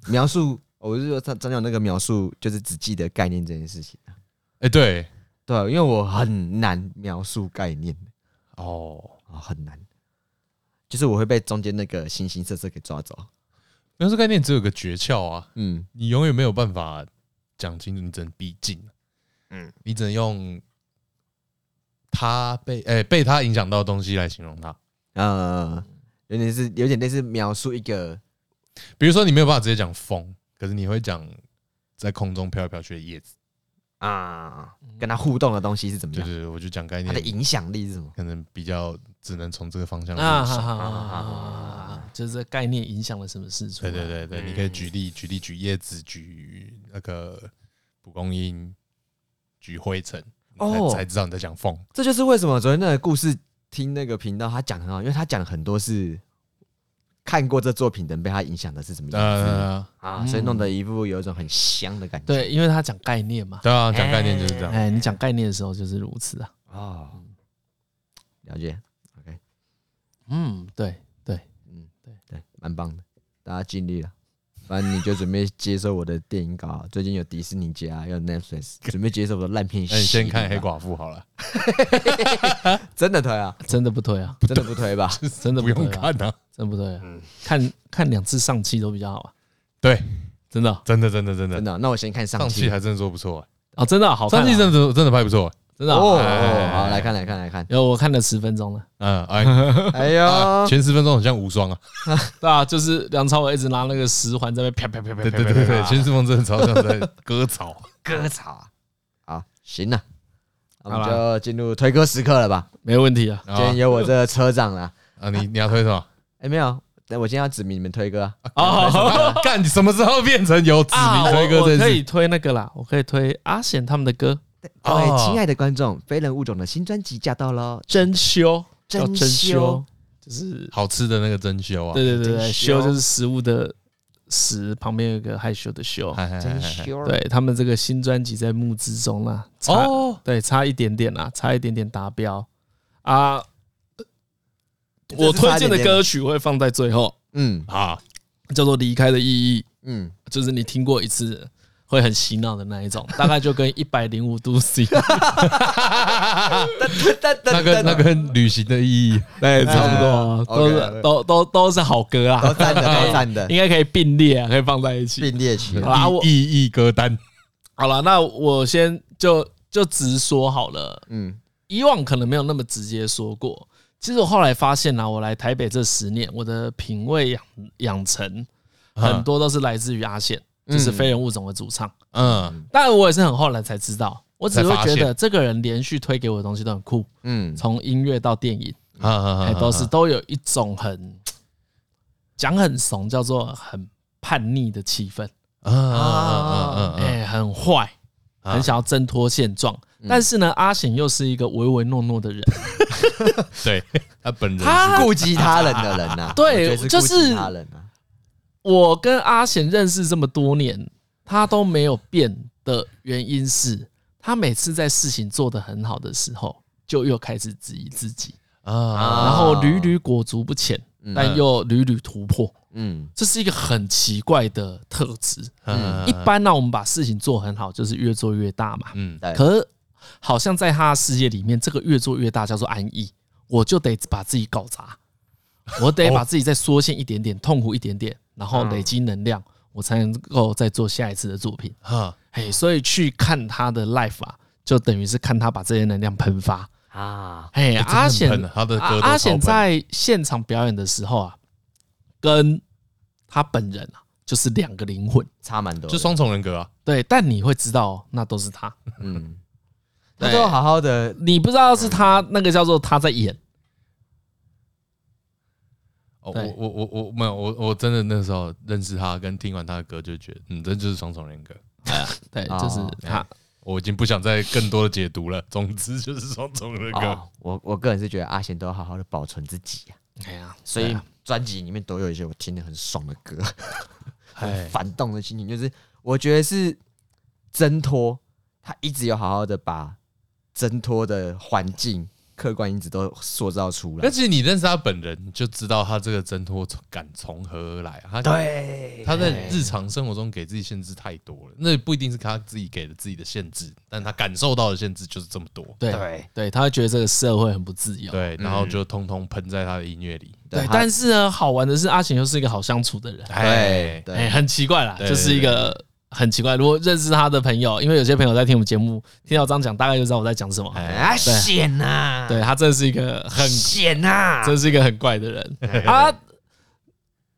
[SPEAKER 1] 描述我是说张张鸟那个描述就是只记得概念这件事情啊，
[SPEAKER 2] 哎，对，
[SPEAKER 1] 对啊，因为我很难描述概念
[SPEAKER 2] 哦，
[SPEAKER 1] 啊，很难，就是我会被中间那个形形色色给抓走。
[SPEAKER 2] 描述概念只有个诀窍啊，
[SPEAKER 1] 嗯，
[SPEAKER 2] 你永远没有办法讲清楚，你只能逼近，嗯，你只能用他被哎、被他影响到的东西来形容他。
[SPEAKER 1] 呃，有点是有点类似描述一个
[SPEAKER 2] 比如说，你没有办法直接讲风，可是你会讲在空中飘来飘去的叶子。
[SPEAKER 1] 啊，跟他互动的东西是怎么
[SPEAKER 2] 对
[SPEAKER 1] 样，
[SPEAKER 2] 对对，我就讲概
[SPEAKER 1] 它的
[SPEAKER 2] 念，
[SPEAKER 1] 影响力是什么？
[SPEAKER 2] 可能比较只能从这个方向
[SPEAKER 3] 啊
[SPEAKER 2] 入手
[SPEAKER 3] 哈哈
[SPEAKER 2] 嗯
[SPEAKER 3] 哈哈，就是这概念影响了什么事出
[SPEAKER 2] 对
[SPEAKER 3] 来？
[SPEAKER 2] 对对对，你可以举例举例举叶子，举那个蒲公英，举灰尘，
[SPEAKER 1] 哦
[SPEAKER 2] 才才知道你在讲风。
[SPEAKER 1] 这就是为什么昨天那个故事听那个频道他讲得很好，因为他讲很多是看过这作品的人被他影响的是怎么样子、
[SPEAKER 2] 呃，
[SPEAKER 1] 啊，所以弄得一副有一种很香的感觉。
[SPEAKER 3] 对，因为他讲概念嘛。
[SPEAKER 2] 对啊，讲概念就是这样。
[SPEAKER 3] 哎，你讲概念的时候就是如此啊。
[SPEAKER 1] 哦，了解，
[SPEAKER 3] 嗯，对对，
[SPEAKER 1] 嗯，
[SPEAKER 3] 对
[SPEAKER 1] 对，蛮棒的，大家尽力了。反正你就准备接受我的电影稿啊、 *laughs* 最近有迪士尼家，有 Netflix，准备接受我的烂片啊洗礼
[SPEAKER 2] 那
[SPEAKER 1] 吧。
[SPEAKER 2] 哎你先看黑寡妇好了，
[SPEAKER 1] 真的推啊，
[SPEAKER 3] 真的不推啊，
[SPEAKER 1] 真的不推吧？
[SPEAKER 3] 真的
[SPEAKER 2] 不
[SPEAKER 3] 推
[SPEAKER 2] 用
[SPEAKER 3] 啊，
[SPEAKER 2] 看啊。
[SPEAKER 3] 真不推啊。看看两次上期都比较好啊，
[SPEAKER 2] 对，
[SPEAKER 3] 真的啊
[SPEAKER 2] 真的真的真
[SPEAKER 1] 真
[SPEAKER 2] 的，
[SPEAKER 1] 的哦、那我先看
[SPEAKER 2] 上
[SPEAKER 1] 上
[SPEAKER 2] 期
[SPEAKER 1] 期。
[SPEAKER 2] 还真的说不错欸，
[SPEAKER 3] 哦，真的好看
[SPEAKER 2] 上
[SPEAKER 3] 啊，
[SPEAKER 2] 期真的真的拍不错欸。
[SPEAKER 3] 真的
[SPEAKER 1] 哦，
[SPEAKER 3] 啊
[SPEAKER 1] 哦好，来看，来看，来
[SPEAKER 3] *laughs*
[SPEAKER 1] 看。
[SPEAKER 3] 有我看了十分钟了。
[SPEAKER 2] 嗯，哎，
[SPEAKER 1] 哎呦，
[SPEAKER 2] 前十分钟好像无双啊，
[SPEAKER 3] 对啊，就是梁朝伟一直拿那个十环在那边啪啪啪啪
[SPEAKER 2] 对
[SPEAKER 3] 啪啪
[SPEAKER 2] 对
[SPEAKER 3] 啪
[SPEAKER 2] 对对，
[SPEAKER 3] 啪
[SPEAKER 2] 前十分钟真的超像在割草。
[SPEAKER 1] 割草啊！好，行了，那我们
[SPEAKER 3] 好
[SPEAKER 1] 就进入推歌时刻了吧？
[SPEAKER 3] 没问 *laughs* 题啊。
[SPEAKER 1] 今天
[SPEAKER 2] 啊
[SPEAKER 1] 有我这个车长啦。
[SPEAKER 2] 啊，你你要推什么？
[SPEAKER 1] 哎，没有，但我今天要指明你们推歌啊。
[SPEAKER 3] 哦，
[SPEAKER 2] *laughs* 干，你什么时候变成有指名推
[SPEAKER 3] 啊我
[SPEAKER 2] 歌
[SPEAKER 3] 我
[SPEAKER 2] 这
[SPEAKER 3] 可
[SPEAKER 2] 件
[SPEAKER 3] 以
[SPEAKER 2] 事？
[SPEAKER 3] 推那个啦，我可以推阿显他们的歌
[SPEAKER 1] 各
[SPEAKER 2] 哦
[SPEAKER 1] 位亲爱的观众，《非人物种》的新专辑驾到喽！
[SPEAKER 3] 《真修》，
[SPEAKER 1] 真
[SPEAKER 3] 叫真
[SPEAKER 1] 修，
[SPEAKER 3] 就是
[SPEAKER 2] 好吃的那个珍馐啊，
[SPEAKER 3] 对对对对，
[SPEAKER 1] 真
[SPEAKER 3] 修
[SPEAKER 1] 修
[SPEAKER 3] 就是食物的食，旁边有一个害羞的羞。
[SPEAKER 2] 嗨，嗨
[SPEAKER 1] 真
[SPEAKER 2] 嗨嗨嗨
[SPEAKER 1] 羞，
[SPEAKER 3] 对他们这个新专辑在募资中啦，差
[SPEAKER 2] 哦，
[SPEAKER 3] 对差一点点啦，差一点点达标啊。
[SPEAKER 1] 这是
[SPEAKER 3] 我推荐
[SPEAKER 1] 差一点
[SPEAKER 3] 的
[SPEAKER 1] 点
[SPEAKER 3] 歌曲会放在最后，
[SPEAKER 1] 嗯
[SPEAKER 2] 啊，
[SPEAKER 3] 叫做《离开的意义》。
[SPEAKER 1] 嗯，
[SPEAKER 3] 就是你听过一次会很洗脑的那一
[SPEAKER 1] *laughs*
[SPEAKER 3] 种，大概就跟一百零五度 C
[SPEAKER 2] 那
[SPEAKER 1] 那
[SPEAKER 2] 个哎那个旅行的意义，
[SPEAKER 3] 对差不多啊，
[SPEAKER 1] 哎
[SPEAKER 3] 都
[SPEAKER 1] OK，OK
[SPEAKER 3] 是都都都是好歌
[SPEAKER 1] 都
[SPEAKER 3] 啊，
[SPEAKER 1] 赞的，都赞的，
[SPEAKER 3] 应该可以并列啊，可以放在一起。
[SPEAKER 1] 并列起
[SPEAKER 3] 好啦我
[SPEAKER 2] 意义歌单，
[SPEAKER 3] 好了，那我先就就直说好了，
[SPEAKER 1] 嗯
[SPEAKER 3] 以往可能没有那么直接说过。其实我后来发现呢、我来台北这十年，我的品味养养成
[SPEAKER 1] 啊
[SPEAKER 3] 很多都是来自于阿宪，
[SPEAKER 1] 嗯
[SPEAKER 3] 就是非人物种的主唱。
[SPEAKER 2] 嗯，
[SPEAKER 3] 当然，我也是很后来才知道，我只
[SPEAKER 2] 才
[SPEAKER 3] 会
[SPEAKER 2] 发
[SPEAKER 3] 觉
[SPEAKER 2] 现
[SPEAKER 3] 得这个人连续推给我的东西都很酷，
[SPEAKER 1] 嗯，
[SPEAKER 3] 从音乐到电影，
[SPEAKER 2] 啊啊啊
[SPEAKER 3] 哎、
[SPEAKER 2] 啊
[SPEAKER 3] 都是都有一种很讲很怂，叫做很叛逆的气氛，
[SPEAKER 2] 啊啊啊啊啊
[SPEAKER 3] 哎、很坏，
[SPEAKER 2] 啊
[SPEAKER 3] 很想要挣脱现状。
[SPEAKER 2] 嗯
[SPEAKER 3] 但是呢，阿显又是一个唯唯诺诺的人，
[SPEAKER 2] 对他 *laughs* 本人是
[SPEAKER 3] 他
[SPEAKER 1] 顾及他人的人呐，
[SPEAKER 3] *laughs* 对
[SPEAKER 1] 我觉得
[SPEAKER 3] 就是是
[SPEAKER 1] 顾及他人啊，
[SPEAKER 3] 我跟阿显认识这么多年，他都没有变的原因是，他每次在事情做得很好的时候，就又开始质疑自己，
[SPEAKER 2] 啊，嗯
[SPEAKER 3] 然后屡屡裹足不前，但又屡屡突破，
[SPEAKER 1] 嗯
[SPEAKER 3] 这是一个很奇怪的特质。
[SPEAKER 2] 嗯
[SPEAKER 3] 一般呢，我们把事情做很好，就是越做越大嘛。
[SPEAKER 2] 嗯
[SPEAKER 1] 对
[SPEAKER 3] 可是好像在他的世界里面，这个越做越大叫做安逸，我就得把自己搞砸，我得
[SPEAKER 2] 哦
[SPEAKER 3] 把自己再缩限一点点，痛苦一点点，然
[SPEAKER 2] 嗯
[SPEAKER 3] 后累积能量，我才能够再做下一次的作品。
[SPEAKER 2] 哈
[SPEAKER 3] 嘿，所以去看他的 life 啊，就等于是看他把这些能量喷发。
[SPEAKER 1] 啊，
[SPEAKER 3] 嘿，
[SPEAKER 2] 哎真的
[SPEAKER 3] 阿
[SPEAKER 2] 很
[SPEAKER 3] 显
[SPEAKER 2] 喷，他的歌
[SPEAKER 3] 阿
[SPEAKER 2] 都
[SPEAKER 3] 阿
[SPEAKER 2] 超
[SPEAKER 3] 显
[SPEAKER 2] 喷
[SPEAKER 3] 在现场表演的时候啊，跟他本人啊，就是两个灵魂。
[SPEAKER 1] 差蛮多的，
[SPEAKER 2] 就双重人格啊，
[SPEAKER 3] 对，但你会知道、哦，那都是他，
[SPEAKER 1] 嗯，
[SPEAKER 3] 对
[SPEAKER 1] 他都好好的，
[SPEAKER 3] 你不知道是他那个叫做他在演，
[SPEAKER 2] 哦，
[SPEAKER 3] 对
[SPEAKER 2] 我我我我没有，我我真的那时候认识他，跟听完他的歌就觉得，嗯，这就是双重人格。
[SPEAKER 3] 对，
[SPEAKER 1] 哦
[SPEAKER 3] 就是他
[SPEAKER 2] 哎。我已经不想再更多的解读了，总之就是双重人格。
[SPEAKER 1] 哦我我个人是觉得阿贤都好好的保存自己啊，
[SPEAKER 3] 哎呀，
[SPEAKER 1] 所
[SPEAKER 3] 对
[SPEAKER 1] 以
[SPEAKER 3] 啊
[SPEAKER 1] 专辑里面都有一些我听得很爽的歌，
[SPEAKER 2] 哎，
[SPEAKER 1] 反动的心情就是我觉得是挣脱，他一直有好好的把挣脱的环境客观因子都塑造出
[SPEAKER 2] 而
[SPEAKER 1] 来。
[SPEAKER 2] 且你认识他本人，你就知道他这个挣脱感从何而来啊。他
[SPEAKER 1] 对，
[SPEAKER 2] 他在日常生活中给自己限制太多了，那不一定是他自己给的自己的限制，但他感受到的限制就是这么多。
[SPEAKER 3] 对
[SPEAKER 1] 对
[SPEAKER 3] 对，他会觉得这个社会很不自由。
[SPEAKER 2] 对，然后就通通喷在他的音乐里。
[SPEAKER 1] 对
[SPEAKER 3] 对，
[SPEAKER 1] 他
[SPEAKER 3] 但是呢，好玩的是阿行又是一个好相处的人，
[SPEAKER 1] 对
[SPEAKER 2] 哎，
[SPEAKER 3] 哎、
[SPEAKER 1] 对，
[SPEAKER 3] 很奇怪啦，
[SPEAKER 2] 对
[SPEAKER 3] 就是一个很奇怪。如果认识他的朋友，因为有些朋友在听我们节目，听到这样讲，大概就知道我在讲什么。
[SPEAKER 2] 哎
[SPEAKER 1] 啊险呐，
[SPEAKER 3] 对他真的是一个很，
[SPEAKER 1] 险呐，
[SPEAKER 3] 真是一个很怪的
[SPEAKER 1] *laughs*
[SPEAKER 3] 人啊。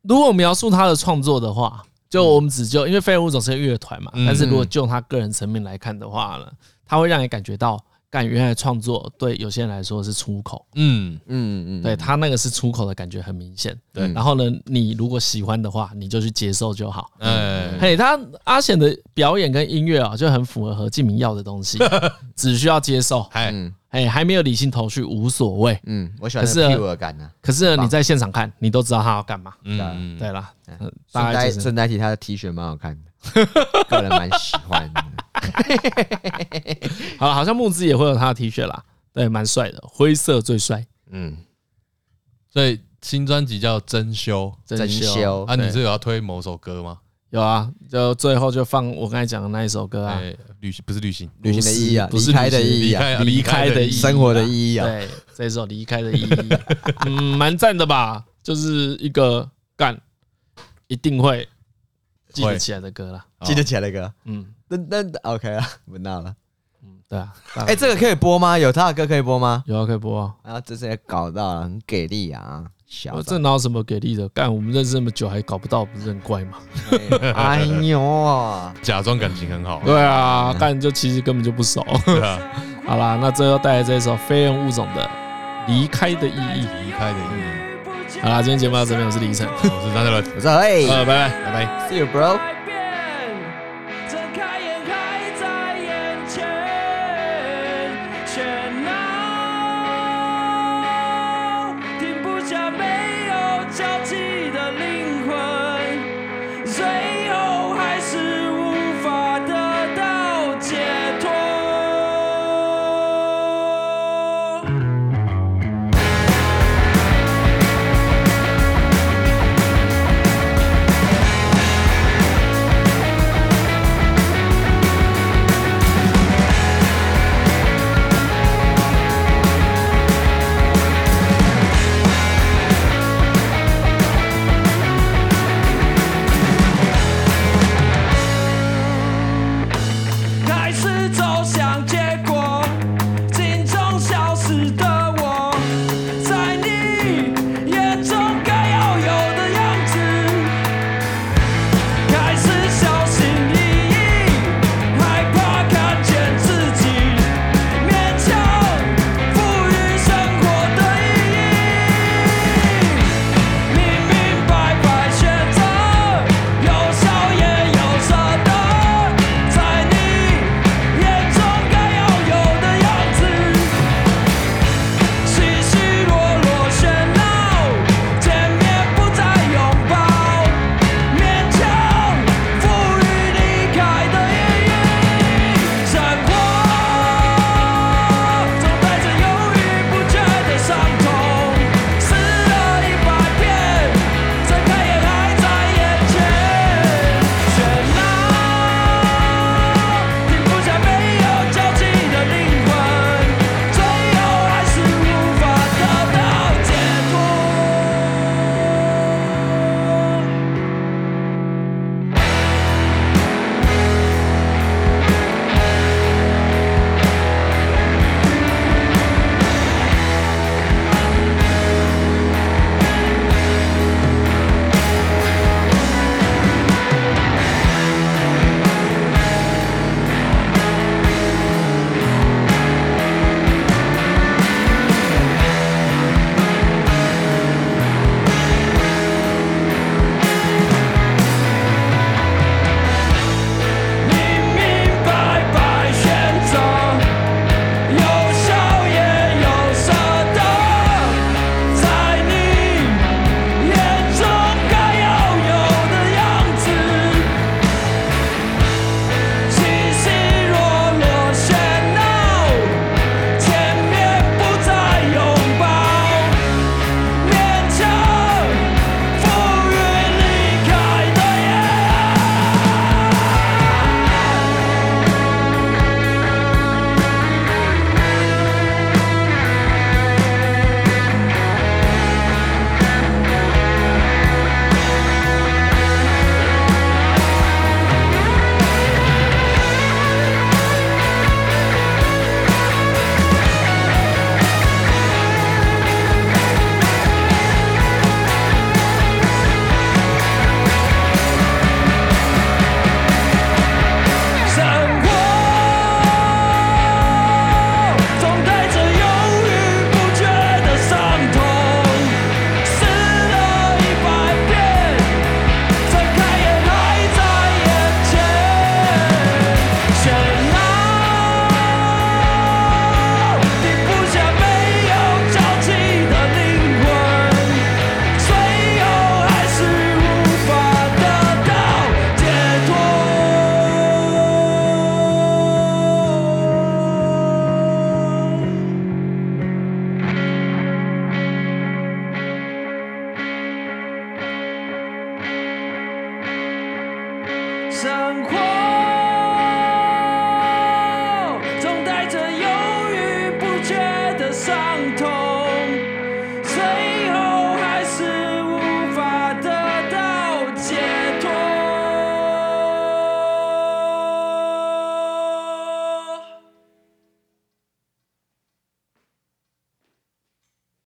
[SPEAKER 3] 如果描述他的创作的话，就我们只就因为飞人物总是个乐团嘛，
[SPEAKER 2] 嗯
[SPEAKER 3] 但是如果就他个人层面来看的话呢，他会让你感觉到，干原来创作对有些人来说是出口，
[SPEAKER 2] 嗯，
[SPEAKER 1] 嗯嗯，
[SPEAKER 3] 对他那个是出口的感觉很明显。
[SPEAKER 1] 对
[SPEAKER 3] 然后呢，你如果喜欢的话，你就去接受就好。
[SPEAKER 2] 哎，
[SPEAKER 3] 嘿，他阿显的表演跟音乐啊，就很符合何敬明要的
[SPEAKER 1] *laughs*
[SPEAKER 3] 东西，只需要接受。
[SPEAKER 2] 嗨，
[SPEAKER 1] 嗯
[SPEAKER 3] 哎，还没有理性头绪无所谓。
[SPEAKER 1] 嗯，我喜欢那
[SPEAKER 3] 可
[SPEAKER 1] 个
[SPEAKER 3] 是啊
[SPEAKER 1] pure 感啊呐。
[SPEAKER 3] 可是呢，你在现场看，你都知道他要干嘛。
[SPEAKER 2] 嗯，
[SPEAKER 3] 对啦，呃大
[SPEAKER 1] 顺带
[SPEAKER 3] 概就是
[SPEAKER 1] 顺带提，他的 T 恤蛮好看的，
[SPEAKER 3] *laughs*
[SPEAKER 1] 个人蛮喜欢的。
[SPEAKER 3] 好了，好像木之也会有他的 T 恤啦，对，蛮帅的，灰色最帅，
[SPEAKER 1] 嗯，
[SPEAKER 2] 所以新专辑叫《真修
[SPEAKER 1] 真
[SPEAKER 3] 修
[SPEAKER 1] 修》
[SPEAKER 2] 啊，你
[SPEAKER 3] 对
[SPEAKER 2] 是有要推某首歌吗？
[SPEAKER 3] 有啊，就最后就放我刚才讲的那一首歌啊，
[SPEAKER 2] 哎，旅行不是旅行，
[SPEAKER 1] 旅行的意义啊，
[SPEAKER 3] 不是
[SPEAKER 1] 离开的意
[SPEAKER 2] 离
[SPEAKER 1] 义啊，
[SPEAKER 2] 开啊
[SPEAKER 3] 离开的意义
[SPEAKER 2] 义，
[SPEAKER 1] 生活的意义啊，
[SPEAKER 3] 对，这一首《离开的意义》， *laughs* 嗯，蛮赞的吧，就是一个干一定会记得
[SPEAKER 2] 会
[SPEAKER 3] 起来的歌啦，
[SPEAKER 1] 记得起来的歌。
[SPEAKER 3] 嗯
[SPEAKER 1] 那那 OK 啊，不闹了。
[SPEAKER 3] 嗯，对啊，
[SPEAKER 1] 哎，这个可以播吗？有他的歌可以播吗？
[SPEAKER 3] 有啊，可以播啊。
[SPEAKER 1] 啊，这次也搞到了，很给力啊，小
[SPEAKER 3] 我
[SPEAKER 1] 子
[SPEAKER 3] 这。哪有什么给力的？干，我们认识那么久还搞不到，不是很怪吗？
[SPEAKER 1] *laughs* 哎呦啊，
[SPEAKER 2] 假装感情很好，
[SPEAKER 3] 对啊，干就其实根本就不熟。
[SPEAKER 2] 嗯对啊，
[SPEAKER 3] *laughs* 好啦，那最后带来这一首非人物种的《离开的意义》。
[SPEAKER 2] 离开的意义。
[SPEAKER 3] 好啦，今天节目到这边，我是李晨， *laughs*
[SPEAKER 2] 我是张嘉伦，
[SPEAKER 1] 我说哎
[SPEAKER 3] 呃，拜拜。
[SPEAKER 2] 拜拜。
[SPEAKER 1] ，See you
[SPEAKER 4] 拜
[SPEAKER 1] bro。
[SPEAKER 4] 拜。